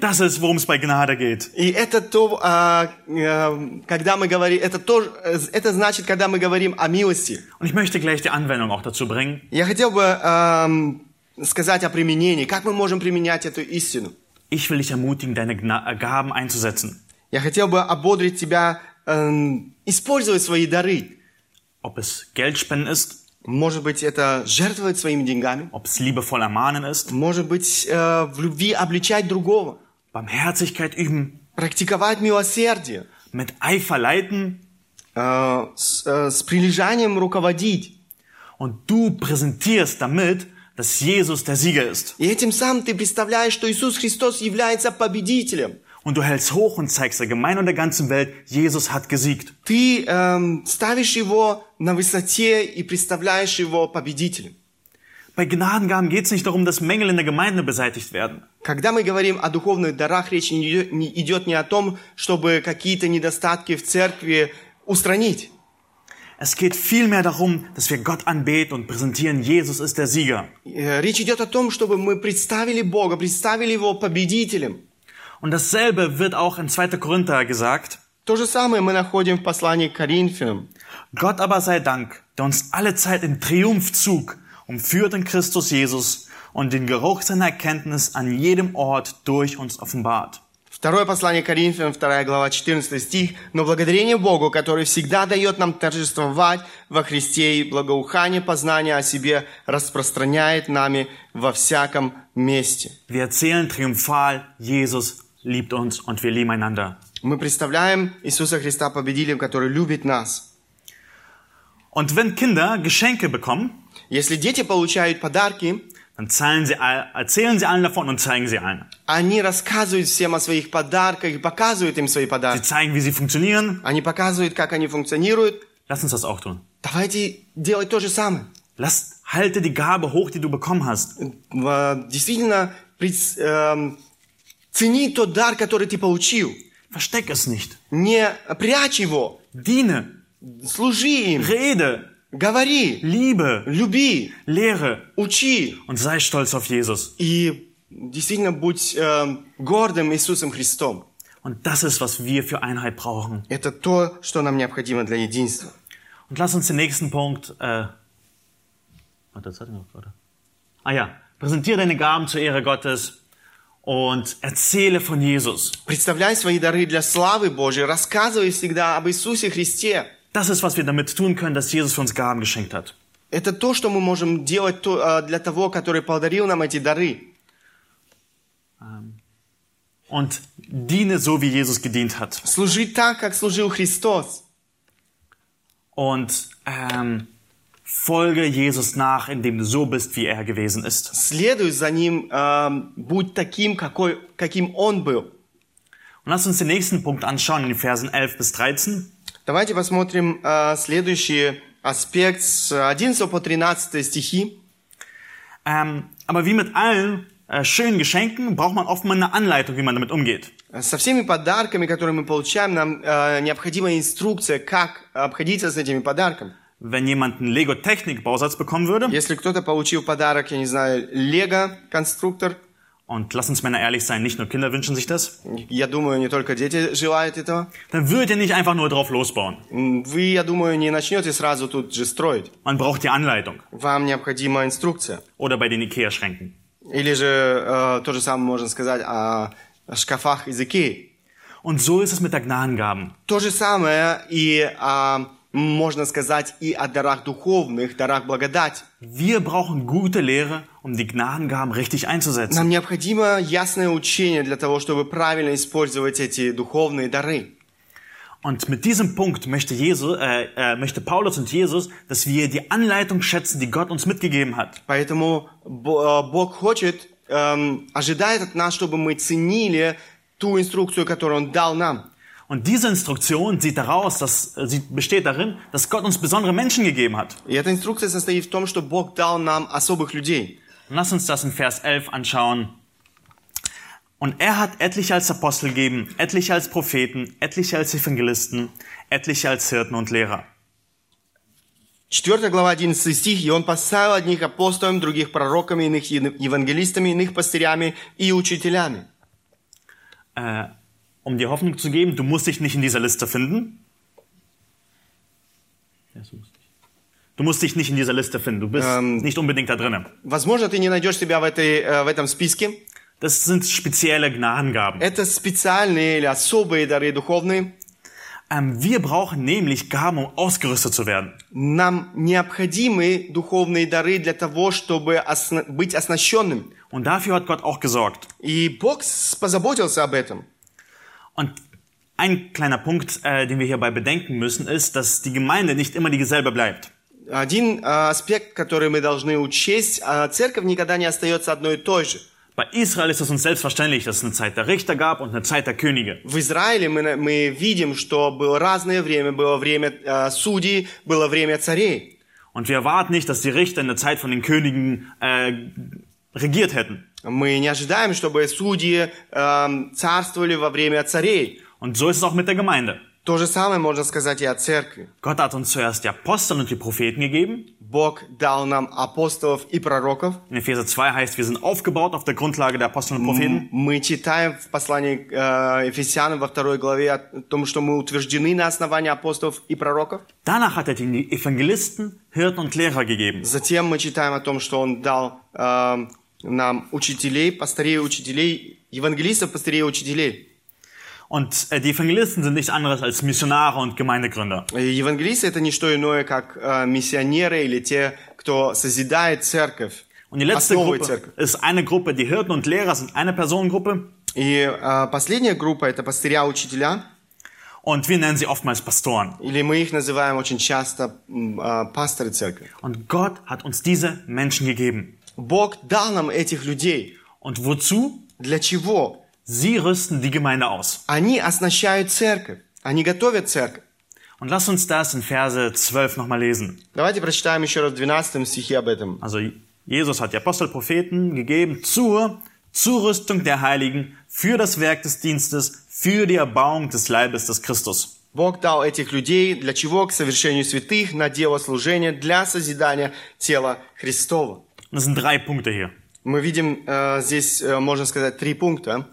Speaker 1: Das ist, worum es bei Gnade geht.
Speaker 2: И это то, а, э, когда мы говорим, это то, это значит, когда мы говорим о милости.
Speaker 1: Und ich möchte gleich die Anwendung auch dazu bringen.
Speaker 2: Я хотел бы эм, сказать о применении, как мы можем применять эту истину.
Speaker 1: Ich will dich ermutigen, deine Gna äh, Gaben einzusetzen.
Speaker 2: Я хотел бы ободрить тебя эм, использовать свои дары.
Speaker 1: Ob es Geldspenden ist,
Speaker 2: Может быть, это жертвовать своими деньгами.
Speaker 1: ob es liebevoll ermahnen ist,
Speaker 2: Может быть, э, в любви обличать другого.
Speaker 1: Barmherzigkeit üben,
Speaker 2: Практиковать милосердие.
Speaker 1: mit Eifer leiten.
Speaker 2: Э, с, э, с прилежанием руководить.
Speaker 1: Und du präsentierst damit dass Jesus der Sieger ist.
Speaker 2: И этим сам ты представляешь, что Иисус Христос является победителем.
Speaker 1: Und du hältst hoch und zeigst der Gemeinde und der ganzen Welt, Jesus hat gesiegt.
Speaker 2: Ты эм, ставишь его на высоте и представляешь его победителем.
Speaker 1: Bei Gnadengaben geht es nicht darum, dass Mängel in der Gemeinde beseitigt werden.
Speaker 2: Когда мы говорим о духовных дарах, речь не идет- не идет не о том, чтобы какие-то недостатки в церкви устранить.
Speaker 1: Es geht vielmehr darum, dass wir Gott anbeten und präsentieren, Jesus ist der Sieger.
Speaker 2: Э, Речь идет о том, чтобы мы представили Бога, представили Его победителем.
Speaker 1: Und dasselbe wird auch in 2. Korinther gesagt.
Speaker 2: То же самое мы находим в послании к Коринфянам.
Speaker 1: Gott aber sei Dank, der uns alle Zeit im Triumphzug umführt in um Christus Jesus und den Geruch seiner Erkenntnis an jedem Ort durch uns offenbart.
Speaker 2: Второе послание к Коринфянам, 2 глава, 14 стих. «Но благодарение Богу, который всегда дает нам торжествовать во Христе и благоухание познания о себе распространяет нами во всяком месте».
Speaker 1: Wir erzählen triumphal, Jesus liebt uns und wir lieben einander.
Speaker 2: Мы представляем Иисуса Христа победителем, который любит нас.
Speaker 1: Und wenn Kinder Geschenke bekommen,
Speaker 2: Если дети получают подарки,
Speaker 1: dann zahlen sie, all- erzählen sie allen davon und zeigen sie allen.
Speaker 2: они рассказывают всем о своих подарках и показывают им свои
Speaker 1: Sie
Speaker 2: подарки.
Speaker 1: zeigen, wie sie funktionieren.
Speaker 2: Они показывают, как они функционируют.
Speaker 1: Lass uns das auch tun.
Speaker 2: Давайте делать то же самое.
Speaker 1: Lass, halte die Gabe hoch, die du bekommen hast.
Speaker 2: Э, Действительно, прис- эм, цени тот дар, который ты получил.
Speaker 1: Versteck es nicht.
Speaker 2: Не прячь его.
Speaker 1: Diene,
Speaker 2: Служи им.
Speaker 1: rede,
Speaker 2: Говори.
Speaker 1: liebe,
Speaker 2: Люби.
Speaker 1: lehre
Speaker 2: Учи.
Speaker 1: und sei stolz auf Jesus.
Speaker 2: И действительно будь эм, гордым Иисусом Христом.
Speaker 1: Und das ist, was wir für Einheit brauchen.
Speaker 2: Это то, что нам необходимо для единства.
Speaker 1: Und lass uns den nächsten Punkt. Äh, warte, das hatten wir noch, oder? Ah ja, präsentiere deine Gaben zur Ehre Gottes und erzähle von Jesus.
Speaker 2: Представляй свои дары для славы Божьей. Рассказывай всегда об Иисусе Христе.
Speaker 1: Das ist, was wir damit tun können, dass Jesus für uns Gaben geschenkt hat.
Speaker 2: Это то, что мы можем делать то- э, для того, который подарил нам эти дары.
Speaker 1: Und diene so, wie Jesus gedient hat.
Speaker 2: Служи так, как служил Христос.
Speaker 1: Und ähm, folge Jesus nach, indem du so bist, wie er gewesen ist.
Speaker 2: Следуй за ним, эм, будь таким, какой, каким он был.
Speaker 1: Und lass uns den nächsten Punkt anschauen, in den Versen 11 bis 13.
Speaker 2: Давайте посмотрим э, следующий аспект с 11 по 13 стихи.
Speaker 1: Ähm, aber wie mit allen äh, schönen Geschenken braucht man oftmals eine Anleitung, wie man damit umgeht.
Speaker 2: Со всеми подарками, которые мы получаем, нам э, необходима инструкция, как обходиться с этими подарками.
Speaker 1: Wenn jemand einen Lego-Technik-Bausatz bekommen würde,
Speaker 2: Если кто-то получил подарок, я не знаю, лего-конструктор,
Speaker 1: und lass uns Männer ehrlich sein, nicht nur Kinder wünschen sich das,
Speaker 2: я думаю, не только дети желают этого,
Speaker 1: dann würdet ihr nicht einfach nur drauf losbauen.
Speaker 2: М, вы, я думаю, не начнете сразу тут же строить.
Speaker 1: Man braucht die Anleitung.
Speaker 2: Вам необходима инструкция.
Speaker 1: Oder bei den Ikea-Schränken.
Speaker 2: Или же э, то же самое можно сказать о шкафах из Икеи.
Speaker 1: Und so ist es mit der Gnadengaben.
Speaker 2: То же самое и а, можно сказать и о дарах духовных, дарах благодати.
Speaker 1: Wir brauchen gute Lehre, um die Gnadengaben richtig einzusetzen.
Speaker 2: Нам необходимо ясное учение для того, чтобы правильно использовать эти духовные дары.
Speaker 1: Und mit diesem Punkt möchte, Jesu, äh, äh, möchte Paulus und Jesus, dass wir die Anleitung schätzen, die Gott uns mitgegeben hat.
Speaker 2: Поэтому Бо- э, Бог хочет, эм, ожидает от нас, чтобы мы ценили ту инструкцию, которую Он дал нам.
Speaker 1: Und diese Instruktion sieht daraus, dass, äh, sie besteht darin, dass Gott uns besondere Menschen gegeben hat.
Speaker 2: И эта инструкция состоит в том, что Бог дал нам особых людей.
Speaker 1: Und lass uns das in Vers 11 anschauen. Und er hat etliche als Apostel gegeben, etliche als Propheten, etliche als Evangelisten, etliche als Hirten und Lehrer.
Speaker 2: 4 глава 11 стих, «И он поставил одних апостолами, других пророками, иных ев- евангелистами, иных пастырями и учителями».
Speaker 1: Äh, um dir Hoffnung zu geben, du musst dich nicht in dieser Liste finden. Ja, so musst dich. Du musst dich nicht in dieser Liste finden. Du bist nicht unbedingt da drinnen.
Speaker 2: Возможно, ты не найдешь себя в, этой, э, в этом списке.
Speaker 1: Das sind spezielle Gnadengaben.
Speaker 2: Это специальные или особые дары духовные.
Speaker 1: Ähm, wir brauchen nämlich Gaben, um ausgerüstet zu werden.
Speaker 2: Нам необходимы духовные дары для того, чтобы осна- быть оснащенным.
Speaker 1: Und dafür hat Gott auch gesorgt.
Speaker 2: И Бог с- позаботился об этом.
Speaker 1: Und ein kleiner Punkt, äh, den wir hierbei bedenken müssen, ist, dass die Gemeinde nicht immer dieselbe bleibt.
Speaker 2: Один а, аспект, который мы должны учесть, а, церковь никогда не остается одной и той же.
Speaker 1: Bei Israel ist es uns selbstverständlich, dass es eine Zeit der Richter gab und eine Zeit der Könige.
Speaker 2: В Израиле мы, на- мы видим, что было разное время. Было время а, судей, было время царей.
Speaker 1: Und wir erwarten nicht, dass die Richter in der Zeit von den Königen äh, regiert hätten.
Speaker 2: Мы не ожидаем, чтобы судьи ам, царствовали во время царей.
Speaker 1: Und so ist es auch mit der Gemeinde.
Speaker 2: То же самое можно сказать и о церкви.
Speaker 1: Gott hat uns zuerst die Apostel und die Propheten gegeben.
Speaker 2: Бог дал нам апостолов и пророков.
Speaker 1: In Epheser 2 heißt, wir sind aufgebaut auf der Grundlage der Apostel und Propheten.
Speaker 2: Мы читаем в послании э, Ефесянам во второй главе о том, что мы утверждены на основании апостолов и пророков.
Speaker 1: Danach hat er die Evangelisten, Hirten und Lehrer gegeben.
Speaker 2: Затем мы читаем о том, что Он дал э, нам учителей, пастырей и учителей, евангелистов, пастырей и учителей.
Speaker 1: Und äh, die Evangelisten sind nichts anderes als Missionare und Gemeindegründer.
Speaker 2: И евангелисты это не что иное, как э, миссионеры или те, кто созидает церковь,
Speaker 1: Und die letzte
Speaker 2: основывает
Speaker 1: Gruppe
Speaker 2: церковь.
Speaker 1: ist eine Gruppe, die Hirten und Lehrer sind eine Personengruppe.
Speaker 2: И э, последняя группа это пастыря, учителя,
Speaker 1: Und wir nennen sie oftmals Pastoren.
Speaker 2: или мы их называем очень часто м, э, пасторы церкви.
Speaker 1: Und Gott hat uns diese Menschen gegeben.
Speaker 2: Бог дал нам этих людей.
Speaker 1: Und wozu?
Speaker 2: Для чего?
Speaker 1: Sie rüsten die Gemeinde aus.
Speaker 2: Они оснащают церковь, они готовят церковь.
Speaker 1: Und lass uns das in Verse 12 nochmal lesen.
Speaker 2: Давайте прочитаем еще раз в 12 стихе об этом.
Speaker 1: Also Jesus hat die Apostel, Propheten gegeben zur Zurüstung der Heiligen, für das Werk des Dienstes, für die Erbauung des Leibes des Christus.
Speaker 2: Бог дал этих людей для чего? К совершению святых, на дело служения, для созидания тела Христова.
Speaker 1: Und das sind drei Punkte hier.
Speaker 2: Мы видим э, здесь, э, можно сказать, три пункта.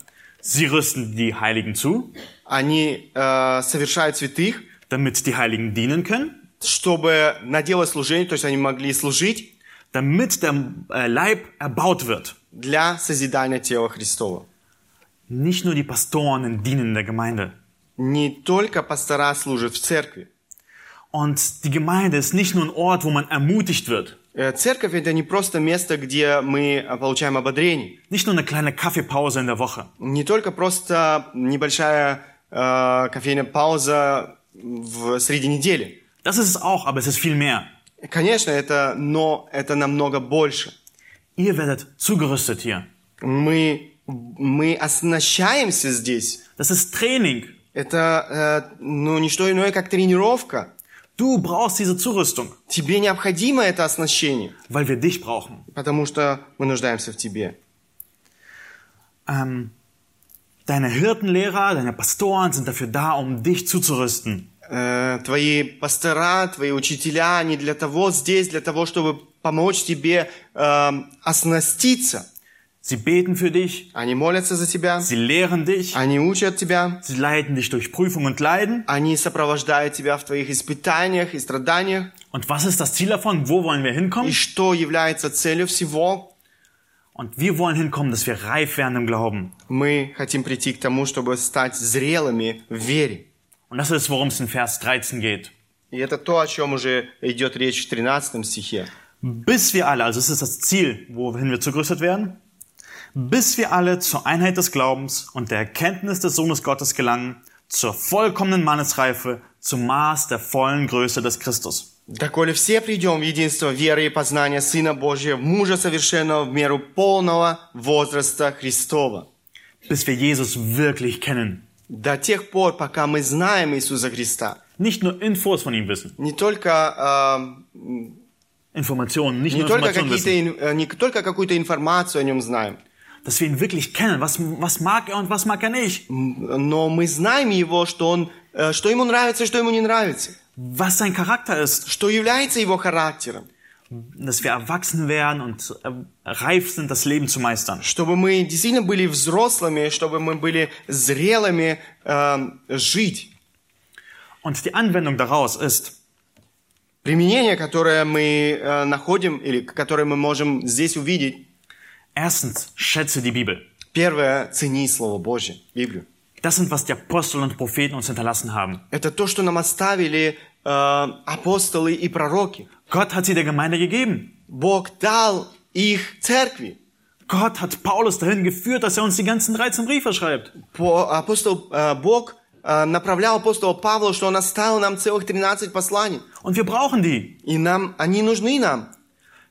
Speaker 1: Sie rüsten die Heiligen zu,
Speaker 2: Они э, совершают святых,
Speaker 1: damit die Heiligen dienen können,
Speaker 2: чтобы на дело служения, то есть они могли служить
Speaker 1: damit der äh, Leib erbaut wird.
Speaker 2: для созидания тела Христова.
Speaker 1: Nicht nur die Pastoren dienen in der Gemeinde.
Speaker 2: Не только пастора служат в церкви.
Speaker 1: Und die Gemeinde ist nicht nur ein Ort, wo man ermutigt wird,
Speaker 2: Э, Церковь это не просто место, где мы э, получаем ободрение,
Speaker 1: nicht nur eine kleine Kaffeepause in der Woche.
Speaker 2: не только просто небольшая э, кофейная пауза в среди недели.
Speaker 1: Das ist es auch, aber es ist viel mehr.
Speaker 2: Конечно, это, но это намного больше.
Speaker 1: Ihr werdet zugerüstet hier.
Speaker 2: Мы мы оснащаемся здесь.
Speaker 1: Das ist Training.
Speaker 2: Это э, ну не что иное, как тренировка.
Speaker 1: Du brauchst diese Zurüstung,
Speaker 2: Тебе необходимо это оснащение,
Speaker 1: weil wir dich brauchen.
Speaker 2: потому что мы нуждаемся в тебе.
Speaker 1: Ähm, deine Hirtenlehrer, deine Pastoren sind dafür da, um dich zuzurüsten.
Speaker 2: Э, твои пастора, твои учителя, они для того здесь, для того, чтобы помочь тебе э, оснаститься.
Speaker 1: Sie beten für dich,
Speaker 2: Они молятся за тебя,
Speaker 1: sie lehren dich,
Speaker 2: они учат тебя,
Speaker 1: sie leiten dich durch Prüfung und Leiden.
Speaker 2: они сопровождают тебя в твоих испытаниях и страданиях.
Speaker 1: Und was ist das Ziel davon? Wo wollen wir
Speaker 2: И
Speaker 1: hinkommen?
Speaker 2: что является целью всего?
Speaker 1: Und wir wollen hinkommen, dass wir reif werden im Glauben.
Speaker 2: Мы хотим прийти к тому, чтобы стать зрелыми в вере.
Speaker 1: Und das ist, worum es in Vers 13 geht.
Speaker 2: И это то, о чем уже идет речь в 13 стихе.
Speaker 1: bis wir alle, also es ist das Ziel, wohin wir zugerüstet werden, bis wir alle zur Einheit des Glaubens und der Erkenntnis des Sohnes Gottes gelangen, zur vollkommenen Mannesreife, zum Maß der vollen Größe des Christus.
Speaker 2: Доколе все придем в единство веры и познания Сына Божия, в мужа совершенного в меру полного возраста Христова.
Speaker 1: Bis wir Jesus wirklich kennen.
Speaker 2: До тех пор, пока мы знаем Иисуса Христа.
Speaker 1: Nicht nur Infos von ihm wissen.
Speaker 2: Не только, э,
Speaker 1: Informationen, nicht
Speaker 2: не
Speaker 1: nur
Speaker 2: только,
Speaker 1: Informationen
Speaker 2: какие-то,
Speaker 1: wissen.
Speaker 2: ин- э, не только какую-то информацию о нем знаем,
Speaker 1: Dass wir ihn wirklich kennen. Was, was mag er und was mag er nicht?
Speaker 2: м, но мы знаем его, что, он, э, что ему нравится, что ему не нравится,
Speaker 1: Was sein Charakter ist.
Speaker 2: что является его характером,
Speaker 1: Dass wir erwachsen werden und äh, reif sind, das Leben zu meistern.
Speaker 2: чтобы мы действительно были взрослыми, чтобы мы были зрелыми э, жить.
Speaker 1: Und die Anwendung daraus ist,
Speaker 2: Применение, которое мы э, находим или которое мы можем здесь увидеть,
Speaker 1: Erstens, schätze die Bibel.
Speaker 2: первое, цени Слово Божье, Библию.
Speaker 1: Das sind, was die Apostel und Propheten uns hinterlassen haben.
Speaker 2: Это то, что нам оставили э, апостолы и пророки.
Speaker 1: Gott hat sie der Gemeinde gegeben.
Speaker 2: Бог дал их церкви.
Speaker 1: Gott hat Paulus dahin geführt, dass er uns die ganzen 13 Briefe schreibt.
Speaker 2: По- апостол э, Бог э, направлял апостола Павла, что он оставил нам целых 13 посланий.
Speaker 1: Und wir brauchen die.
Speaker 2: И нам, они нужны нам.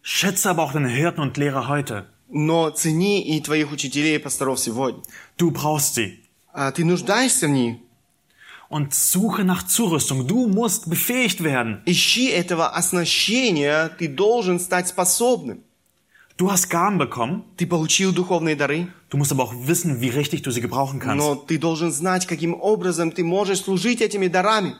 Speaker 1: Schätze aber auch deine Hirten und Lehrer heute.
Speaker 2: Но цени и твоих учителей и пасторов сегодня.
Speaker 1: Du brauchst sie.
Speaker 2: А ты нуждаешься в них.
Speaker 1: Und suche nach Zurüstung. Du musst befähigt werden.
Speaker 2: Ищи этого оснащения, ты должен стать способным.
Speaker 1: Du hast Gaben bekommen.
Speaker 2: Ты получил духовные дары,
Speaker 1: Du musst aber auch wissen, wie richtig du sie gebrauchen kannst.
Speaker 2: но ты должен знать, каким образом ты можешь служить этими дарами.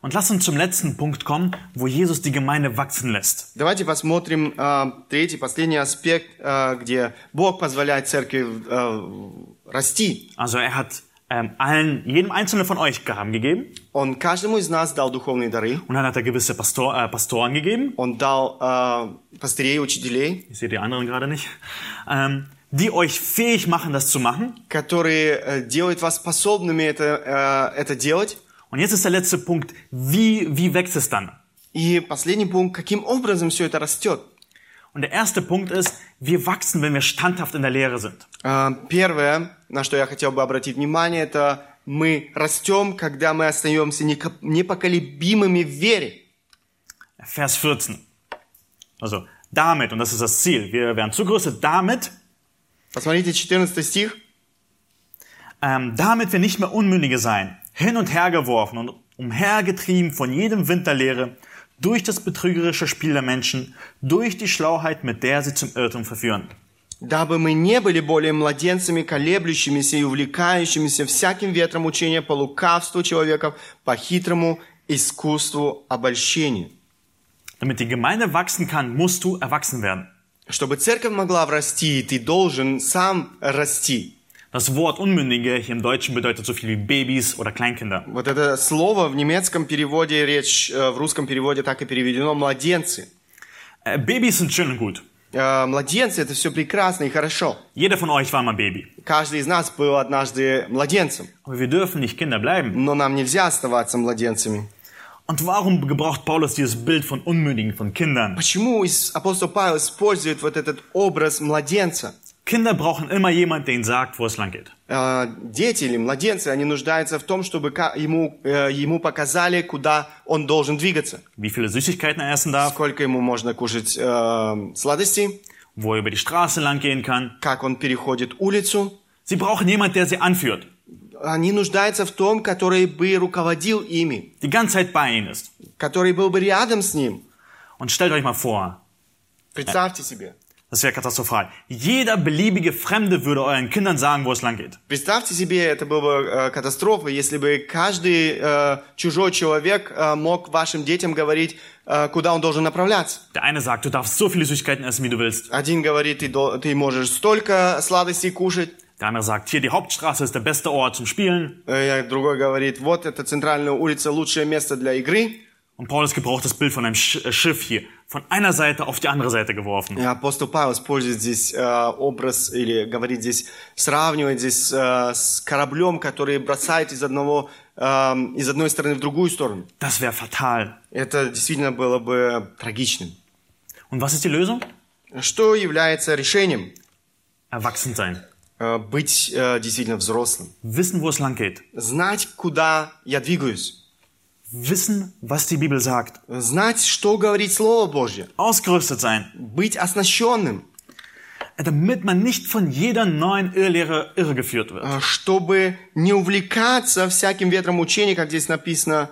Speaker 1: Und lass uns zum letzten Punkt kommen, wo Jesus die Gemeinde wachsen lässt.
Speaker 2: Давайте посмотрим а, третий, последний аспект, а, где Бог позволяет церкви а, расти.
Speaker 1: Also er hat ähm, allen, jedem Einzelnen von euch Gaben gegeben.
Speaker 2: Он каждому из нас дал духовные дары,
Speaker 1: Und dann hat er gewisse Pastor, äh, Pastoren gegeben.
Speaker 2: он дал а, пастырей, учителей,
Speaker 1: Ich sehe die anderen gerade nicht. Ähm, die euch fähig machen, das zu machen.
Speaker 2: которые э, делают вас способными это, э, это делать.
Speaker 1: Und jetzt ist der letzte Punkt. Wie, wie wächst es dann?
Speaker 2: И последний пункт, каким образом все это растет.
Speaker 1: Und der erste Punkt ist, wir wachsen, wenn wir standhaft in der Lehre sind.
Speaker 2: А, Первое, на что я хотел бы обратить внимание, это мы растем, когда мы остаемся неко- непоколебимыми в вере.
Speaker 1: Vers 14. Also, damit, und das ist das Ziel, wir werden zugerüstet, damit,
Speaker 2: Посмотрите 14 стих.
Speaker 1: ähm, damit wir nicht mehr Unmündige sein, hin und her geworfen und umhergetrieben von jedem Wind der Lehre, durch das betrügerische Spiel der Menschen, durch die Schlauheit, mit der sie zum Irrtum verführen.
Speaker 2: «Дабы мы не были более младенцами, колеблющимися и увлекающимися всяким ветром учения по лукавству человеков, по хитрому искусству обольщения».
Speaker 1: Damit die Gemeinde wachsen kann, musst du erwachsen werden.
Speaker 2: Чтобы церковь могла расти, ты должен сам расти.
Speaker 1: Das Wort Unmündige hier im Deutschen bedeutet so viel wie Babys oder Kleinkinder.
Speaker 2: Вот это слово в немецком переводе, речь э, в русском переводе так и переведено «младенцы».
Speaker 1: Äh, Babys sind schön und gut.
Speaker 2: Э, Младенцы – это все прекрасно и хорошо.
Speaker 1: Jeder von euch war mal Baby.
Speaker 2: Каждый из нас был однажды младенцем,
Speaker 1: Aber wir dürfen nicht Kinder bleiben.
Speaker 2: но нам нельзя оставаться младенцами.
Speaker 1: Und warum gebraucht Paulus dieses Bild von Unmündigen, von Kindern?
Speaker 2: Почему ис- апостол Павел использует вот этот образ младенца?
Speaker 1: Kinder brauchen immer jemand, der ihnen sagt, wo es lang geht.
Speaker 2: Э, Дети или младенцы, они нуждаются в том, чтобы ка- ему, э, ему показали, куда он должен двигаться.
Speaker 1: Wie viele Süßigkeiten er essen darf,
Speaker 2: Сколько ему можно кушать э, сладостей,
Speaker 1: wo er über die Straße lang gehen kann.
Speaker 2: как он переходит улицу.
Speaker 1: Sie brauchen jemand, der sie anführt,
Speaker 2: Они нуждаются в том, который бы руководил ими,
Speaker 1: die ganze Zeit bei ihnen ist.
Speaker 2: который был бы рядом с ним.
Speaker 1: Und stellt euch mal vor,
Speaker 2: Представьте себе.
Speaker 1: das wäre katastrophal. Jeder beliebige Fremde würde euren Kindern sagen, wo es lang geht.
Speaker 2: Представьте себе, это было бы э, катастрофа, если бы каждый э, чужой человек э, мог вашим детям говорить, э, куда он должен направляться.
Speaker 1: Der eine sagt, du darfst so viele Süßigkeiten essen, wie du willst.
Speaker 2: Один говорит, ты, до- ты можешь столько сладостей кушать,
Speaker 1: Der andere sagt, hier die Hauptstraße ist der beste Ort zum Spielen.
Speaker 2: Э, другой говорит, вот это центральная улица, лучшее место для игры.
Speaker 1: Und Paulus gebraucht das Bild von einem Sch äh, Schiff hier, von einer Seite auf die andere Seite geworfen.
Speaker 2: И апостол Павел использует здесь э, образ или говорит здесь, сравнивает здесь э, с кораблем, который бросает из одного э, из одной стороны в другую сторону.
Speaker 1: Das wäre fatal.
Speaker 2: Это действительно было бы трагичным.
Speaker 1: Und was ist die Lösung?
Speaker 2: Что является решением?
Speaker 1: Erwachsen sein.
Speaker 2: Э, быть э, действительно взрослым.
Speaker 1: Wissen, wo es lang geht.
Speaker 2: Знать, куда я двигаюсь.
Speaker 1: Wissen, was die Bibel sagt.
Speaker 2: Знать, что говорит Слово Божье.
Speaker 1: Ausgerüstet sein.
Speaker 2: Быть оснащенным,
Speaker 1: Damit man nicht von jeder neuen Irrlehre irregeführt wird.
Speaker 2: э, чтобы не увлекаться всяким ветром учения, как здесь написано,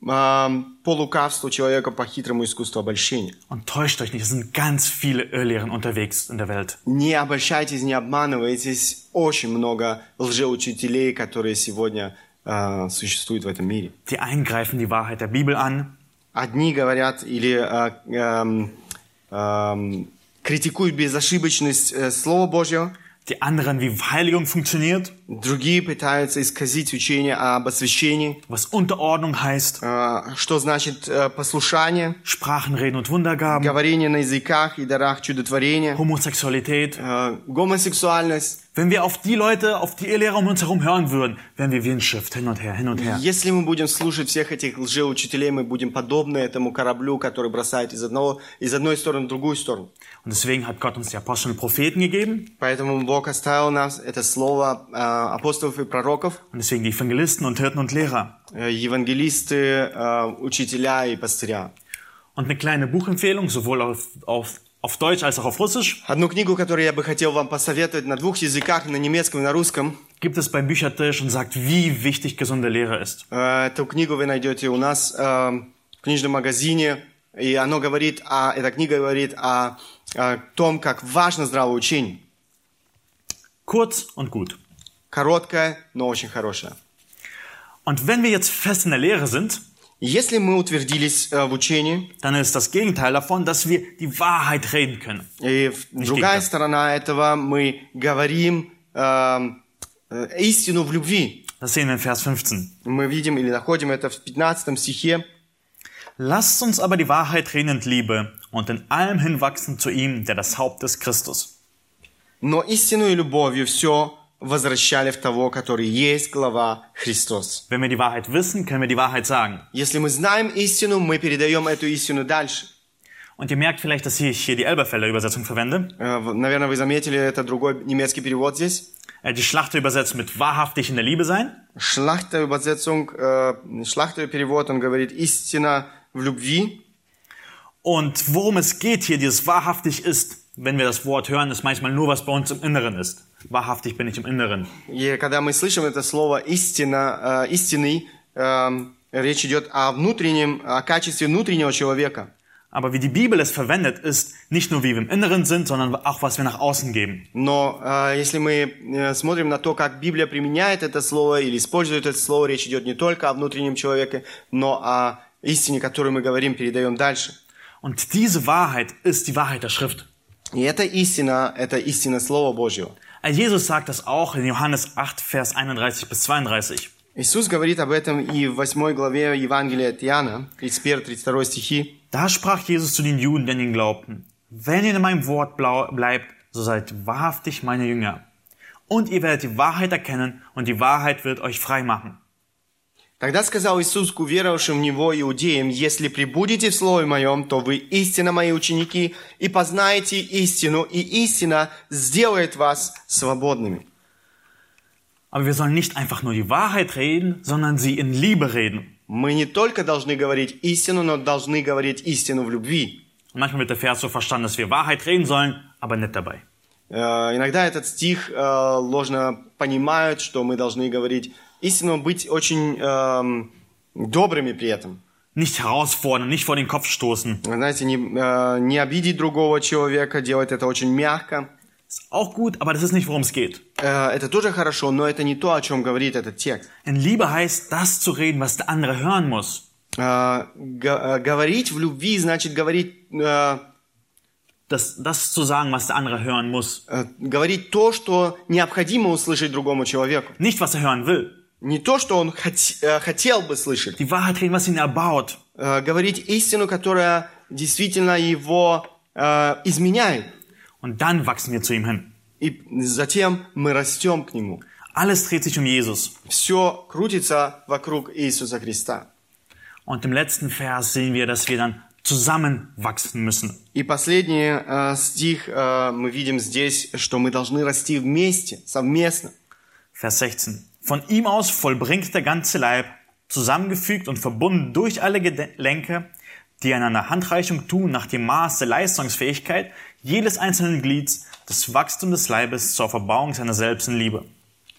Speaker 2: эм, по лукавству человека, по хитрому искусству обольщения.
Speaker 1: Und täuscht euch nicht, es sind ganz viele Irrlehren unterwegs in der Welt.
Speaker 2: Не обольщайтесь, не обманывайтесь. Очень много лжеучителей, которые сегодня э, существуют в этом мире.
Speaker 1: Die einen greifen die Wahrheit der Bibel an,
Speaker 2: Одни говорят или э, эм, эм, критикуют безошибочность э, Слова Божьего,
Speaker 1: die anderen, wie Heiligung funktioniert,
Speaker 2: другие пытаются исказить учение об освящении,
Speaker 1: was Unterordnung heißt,
Speaker 2: э, что значит э, послушание,
Speaker 1: Sprachen, Reden und Wundergaben,
Speaker 2: говорение на языках и дарах чудотворения,
Speaker 1: Homosexualität.
Speaker 2: э, гомосексуальность.
Speaker 1: Wenn wir auf die Leute, auf die Irrlehrer um uns herum hören würden, wären wir wie ein Schiff hin und her, hin und her.
Speaker 2: Если мы будем слушать всех этих лжеучителей, мы будем подобны этому кораблю, который бросает из, одного, из одной стороны в другую сторону.
Speaker 1: Und deswegen hat Gott uns die Apostel und Propheten gegeben
Speaker 2: Поэтому Бог оставил нас это слово э, апостолов и пророков,
Speaker 1: und deswegen die Evangelisten und Hirten und Lehrer.
Speaker 2: э, евангелисты, э, учителя и пастыря.
Speaker 1: Und eine kleine Buchempfehlung, sowohl auf, auf, auf Deutsch als auch auf Russisch,
Speaker 2: Одну книгу, которую я бы хотел вам посоветовать на двух языках, на немецком и на русском.
Speaker 1: gibt es beim Büchertisch und sagt, wie wichtig gesunde Lehre ist.
Speaker 2: Э, Эту книгу вы найдете у нас э, в книжном магазине, и она говорит о, эта книга говорит о, о том, как важно здравое учение.
Speaker 1: Kurz und gut.
Speaker 2: Короткое, но очень хорошее.
Speaker 1: Und wenn wir jetzt fest in der Lehre sind,
Speaker 2: Если мы утвердились э, в учении,
Speaker 1: dann ist das Gegenteil davon, dass wir die Wahrheit reden können.
Speaker 2: и в- другая
Speaker 1: так.
Speaker 2: сторона этого, мы говорим э, э, истину в любви.
Speaker 1: Das sehen wir in Vers 15.
Speaker 2: Мы видим или находим это в 15 стихе.
Speaker 1: Lasst uns aber die Wahrheit reden in Liebe und in allem hinwachsen zu ihm, der das Haupt ist Christus.
Speaker 2: Но истину и любовью все возвращали в того, который есть глава Христос.
Speaker 1: Wenn wir die Wahrheit wissen, können wir die Wahrheit sagen.
Speaker 2: Если мы знаем истину, мы передаем эту истину дальше.
Speaker 1: Und ihr merkt vielleicht, dass ich hier die Elberfelder Übersetzung verwende.
Speaker 2: Э, в- Наверное, вы заметили, это другой немецкий перевод здесь.
Speaker 1: Äh, Die Schlachter übersetzt mit wahrhaftig in der Liebe sein.
Speaker 2: Шлахта übersetzung, э, Шлахта перевод, он говорит «истина в любви».
Speaker 1: Und worum es geht hier, dieses wahrhaftig ist, wenn wir das Wort hören, ist manchmal nur, was bei uns im Inneren ist. Wahrhaftig bin ich im Inneren.
Speaker 2: И когда мы слышим это слово «истина», э, «истинный», э, речь идет о внутреннем, о качестве внутреннего человека.
Speaker 1: Aber wie die Bibel es verwendet, ist nicht nur, wie wir im Inneren sind, sondern auch, was wir nach außen geben.
Speaker 2: Но э, если мы э, смотрим на то, как Библия применяет это слово или использует это слово, речь идет не только о внутреннем человеке, но о истине, которую мы говорим, передаем дальше.
Speaker 1: Und diese Wahrheit ist die Wahrheit der Schrift.
Speaker 2: И эта истина, это истина Слова Божьего.
Speaker 1: Äh, Jesus sagt das auch in Johannes 8, Vers 31 bis 32.
Speaker 2: Иисус говорит об этом и в 8 главе Евангелия от Иоанна, 31-32 стихи.
Speaker 1: Da sprach Jesus zu den Juden, die an ihn glaubten. Wenn ihr in meinem Wort blau bleibt, so seid wahrhaftig meine Jünger. Und ihr werdet die Wahrheit erkennen und die Wahrheit wird euch frei machen.
Speaker 2: «Тогда сказал Иисус к уверовавшим в Него иудеям, «Если прибудете в Слове Моем, то вы истинно Мои ученики, и познаете истину, и истина сделает вас свободными».
Speaker 1: Aber wir sollen nicht einfach nur die Wahrheit reden, sondern sie in Liebe reden.
Speaker 2: Мы не только должны говорить истину, но должны говорить истину в любви.
Speaker 1: Und manchmal wird der Vers so verstanden, dass wir Wahrheit reden sollen, aber nicht dabei.
Speaker 2: Э, Иногда этот стих э, ложно понимают, что мы должны говорить истину, быть очень эм, добрыми при этом.
Speaker 1: Nicht herausfordern, nicht vor den Kopf stoßen.
Speaker 2: Вы Знаете, не, э, не обидеть другого человека, делать это очень мягко.
Speaker 1: Ist auch gut, aber das ist nicht, worum es geht.
Speaker 2: Э, это тоже хорошо, но это не то, о чем говорит этот текст.
Speaker 1: In Liebe heißt, das zu reden, was der andere hören muss.
Speaker 2: Э, га- э, говорить в любви значит говорить, э,
Speaker 1: Das, das zu sagen, was der andere hören muss.
Speaker 2: э, говорить то, что необходимо услышать другому человеку.
Speaker 1: Nicht, was er hören will.
Speaker 2: Не то, что он хот- э, хотел бы слышать.
Speaker 1: die Wahrheit reden, was ihn erbaut.
Speaker 2: э, говорить истину, которая действительно его э, изменяет.
Speaker 1: Und dann wachsen wir zu ihm hin.
Speaker 2: И затем мы растем к нему.
Speaker 1: Alles dreht sich um Jesus.
Speaker 2: Все крутится вокруг Иисуса Христа.
Speaker 1: Und im letzten Vers sehen wir, dass wir dann zusammen wachsen müssen.
Speaker 2: И последний э, стих э, мы видим здесь, что мы должны расти вместе, совместно.
Speaker 1: Vers 16. Von ihm aus vollbringt der ganze Leib, zusammengefügt und verbunden durch alle Gelenke, die einander Handreichung tun, nach dem Maß der Leistungsfähigkeit jedes einzelnen Glieds, das Wachstum des Leibes zur Verbauung seiner selbst in Liebe.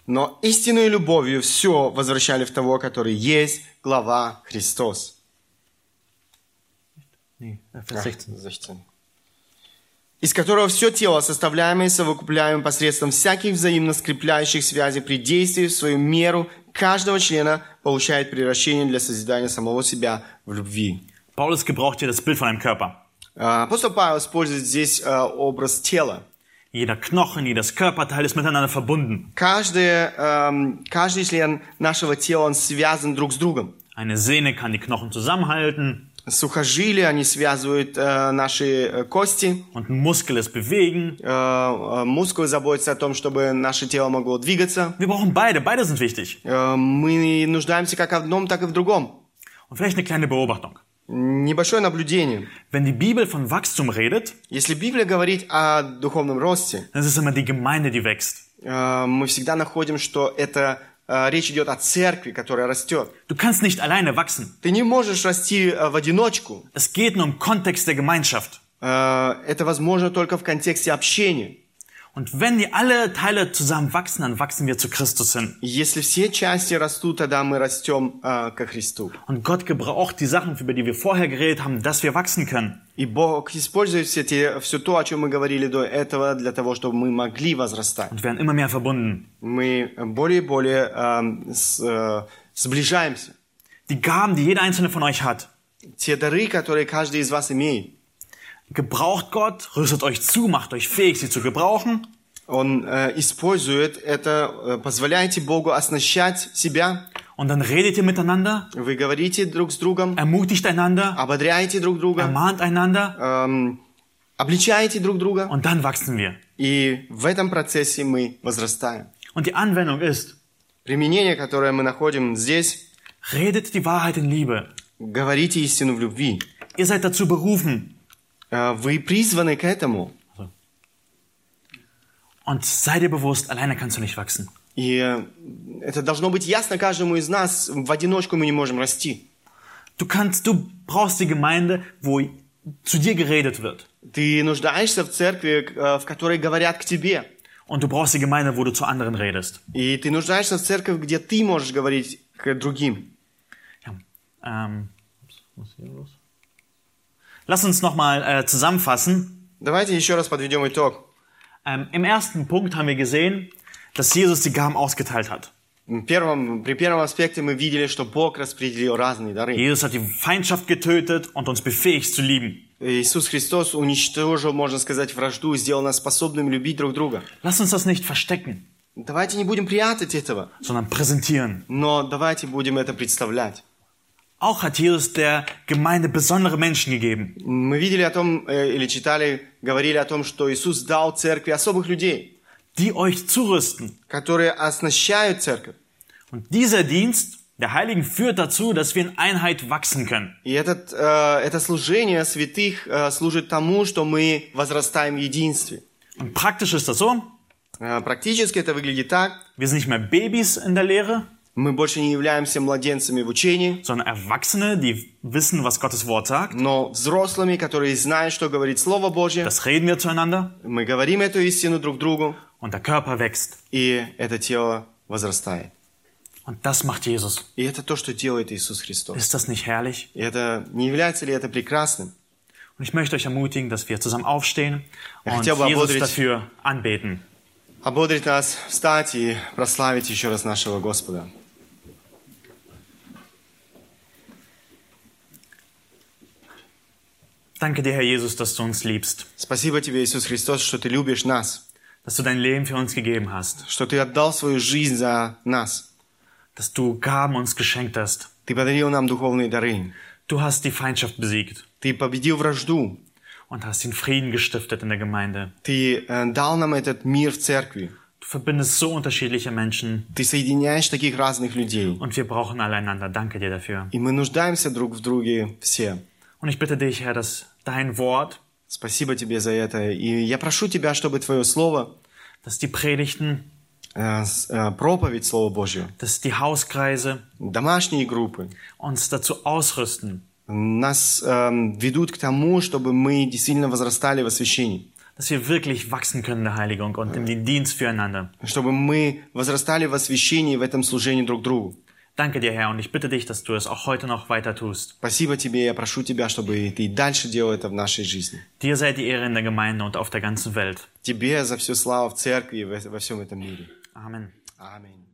Speaker 2: Но истинной любовью все возвращали в того, который есть глава Христос.
Speaker 1: Nee, Vers
Speaker 2: Ах, защитим. Из которого все тело, составляемое и совокупляемое посредством всяких взаимно скрепляющих связей при действии в свою меру каждого члена получает превращение для созидания самого себя в любви.
Speaker 1: Paulus gebraucht hier das Bild von einem Körper.
Speaker 2: А, Апостол Павел использует здесь а, образ тела.
Speaker 1: Jeder Knochen, jedes Körperteil ist miteinander verbunden.
Speaker 2: Каждый, эм, каждый член нашего тела, он связан друг с другом.
Speaker 1: Eine Sehne kann die Knochen zusammenhalten,
Speaker 2: Сухожилия, они связывают э, наши э, кости,
Speaker 1: Und ein Muskel ist Bewegen.
Speaker 2: э, э, мускулы заботятся о том, чтобы наше тело могло двигаться.
Speaker 1: Wir brauchen beide. Beide sind wichtig.
Speaker 2: Э, мы нуждаемся как в одном, так и в другом.
Speaker 1: Und vielleicht eine kleine Beobachtung.
Speaker 2: Небольшое наблюдение.
Speaker 1: Wenn die Bibel von Wachstum redet,
Speaker 2: Если Библия говорит о духовном росте,
Speaker 1: dann ist es immer die Gemeinde, die wächst.
Speaker 2: э, мы всегда находим, что это э, речь идет о церкви, которая растет.
Speaker 1: Du kannst nicht alleine wachsen.
Speaker 2: Ты не можешь расти э, в одиночку.
Speaker 1: Es geht nur im Kontext der Gemeinschaft.
Speaker 2: Э, это возможно только в контексте общения.
Speaker 1: Und wenn die alle Teile zusammen wachsen, dann wachsen wir zu Christus hin.
Speaker 2: Если все части растут, тогда мы растем э, ко Христу.
Speaker 1: Und Gott gebraucht die Sachen, über die wir vorher geredet haben, dass wir wachsen können.
Speaker 2: И Бог использует все, те, все то, о чем мы говорили до этого, для того, чтобы мы могли возрастать.
Speaker 1: Und werden immer mehr verbunden.
Speaker 2: Мы более и более эм, с- э, сближаемся.
Speaker 1: Die Gaben, die jeder einzelne von euch hat,
Speaker 2: Те дары, которые каждый из вас имеет,
Speaker 1: gebraucht Gott, rüstet euch zu, macht euch fähig, sie zu gebrauchen.
Speaker 2: Он э, использует это, э, позволяйте Богу оснащать себя.
Speaker 1: Und dann redet ihr miteinander,
Speaker 2: Вы говорите друг с другом,
Speaker 1: ermutigt einander,
Speaker 2: ободряете друг друга,
Speaker 1: ermahnt einander
Speaker 2: эм, обличаете друг друга.
Speaker 1: und dann wachsen wir.
Speaker 2: И в этом процессе мы возрастаем.
Speaker 1: Und die Anwendung ist,
Speaker 2: Применение, которое мы находим здесь,
Speaker 1: redet die Wahrheit in Liebe.
Speaker 2: говорите истину в любви.
Speaker 1: Ihr seid dazu berufen
Speaker 2: Э, Вы призваны к этому.
Speaker 1: und sei dir bewusst, alleine kannst du nicht wachsen.
Speaker 2: И э, это должно быть ясно каждому из нас. В одиночку мы не можем расти.
Speaker 1: Du kannst, du brauchst die Gemeinde, wo zu dir geredet wird.
Speaker 2: Ты нуждаешься в церкви, к- э, в которой говорят к тебе.
Speaker 1: Und du brauchst die Gemeinde, wo du zu anderen redest.
Speaker 2: И ты нуждаешься в церкви, где ты можешь говорить к другим.
Speaker 1: Ja. Ähm, ups, was ist hier los? Lass uns nochmal äh, zusammenfassen.
Speaker 2: Давайте еще раз подведем итог.
Speaker 1: Ähm, Im ersten Punkt haben wir gesehen, dass Jesus die Gaben ausgeteilt hat.
Speaker 2: В Первом, при первом аспекте мы видели, что Бог распределил разные дары.
Speaker 1: Jesus hat die Feindschaft getötet und uns befähigt zu lieben.
Speaker 2: Иисус Христос уничтожил, можно сказать, вражду, сделал нас способными любить друг друга.
Speaker 1: Lass uns das nicht verstecken,
Speaker 2: Давайте не будем прятать этого,
Speaker 1: sondern präsentieren.
Speaker 2: но давайте будем это представлять.
Speaker 1: Auch hat Jesus der Gemeinde besondere Menschen gegeben.
Speaker 2: Мы видели о том, э, или читали, говорили о том, что Иисус дал церкви особых людей,
Speaker 1: die euch zurüsten.
Speaker 2: которые оснащают церковь.
Speaker 1: Und dieser Dienst der Heiligen führt dazu, dass wir in Einheit wachsen können.
Speaker 2: И этот, э, это служение святых э, служит тому, что мы возрастаем в единстве.
Speaker 1: Und praktisch ist das so,
Speaker 2: Э, практически это выглядит так.
Speaker 1: wir sind nicht mehr Babys in der Lehre,
Speaker 2: Мы больше не являемся младенцами в учении,
Speaker 1: sondern Erwachsene, die wissen, was Gottes Wort sagt.
Speaker 2: но взрослыми, которые знают, что говорит Слово Божье.
Speaker 1: Das reden wir zueinander
Speaker 2: Мы говорим эту истину друг другу,
Speaker 1: und der Körper wächst.
Speaker 2: и это тело возрастает.
Speaker 1: Und das macht Jesus.
Speaker 2: И это то, что делает Иисус Христос.
Speaker 1: Ist das nicht herrlich?
Speaker 2: И это не является ли это прекрасным?
Speaker 1: Und ich möchte euch ermutigen, dass wir zusammen aufstehen
Speaker 2: Ja,
Speaker 1: und
Speaker 2: chciałbym
Speaker 1: Jesus
Speaker 2: obodrić-
Speaker 1: dafür anbeten.
Speaker 2: Ободрить нас встать и прославить еще раз нашего Господа.
Speaker 1: Danke dir, Herr Jesus, dass du uns liebst,
Speaker 2: Спасибо тебе, Иисус Христос, что ты любишь нас,
Speaker 1: dass du dein Leben für uns gegeben hast,
Speaker 2: что ты отдал свою жизнь за нас.
Speaker 1: dass du Gaben uns geschenkt hast.
Speaker 2: Ты подарил нам духовные дары.
Speaker 1: Du hast die Feindschaft besiegt
Speaker 2: Ты победил вражду.
Speaker 1: und hast den Frieden gestiftet in der Gemeinde.
Speaker 2: Ты э, дал нам этот мир в церкви.
Speaker 1: Du verbindest so unterschiedliche Menschen
Speaker 2: Ты соединяешь таких разных людей.
Speaker 1: und wir brauchen alle einander. Danke dir dafür.
Speaker 2: И мы нуждаемся друг в друге все.
Speaker 1: Und ich bitte dich, Herr, dass dein Wort,
Speaker 2: Спасибо тебе за это. И я прошу тебя, чтобы твое слово,
Speaker 1: dass die Predigten,
Speaker 2: э, с- э, проповедь Слова Божьего,
Speaker 1: dass die Hauskreise
Speaker 2: домашние группы,
Speaker 1: uns dazu ausrüsten,
Speaker 2: нас эм, ведут к тому, чтобы мы действительно возрастали в освящении,
Speaker 1: dass wir wirklich wachsen können in der Heiligung und im Dienst füreinander.
Speaker 2: чтобы мы возрастали в освящении в этом служении друг другу.
Speaker 1: Danke dir, Herr, und ich bitte dich, dass du es auch heute noch weiter tust.
Speaker 2: Спасибо тебе, я прошу тебя, чтобы и ты и дальше делал это в нашей жизни.
Speaker 1: Dir sei die Ehre in der Gemeinde und auf der ganzen Welt.
Speaker 2: Тебе за всю славу в церкви и во во всем этом мире.
Speaker 1: Amen.
Speaker 2: Аминь.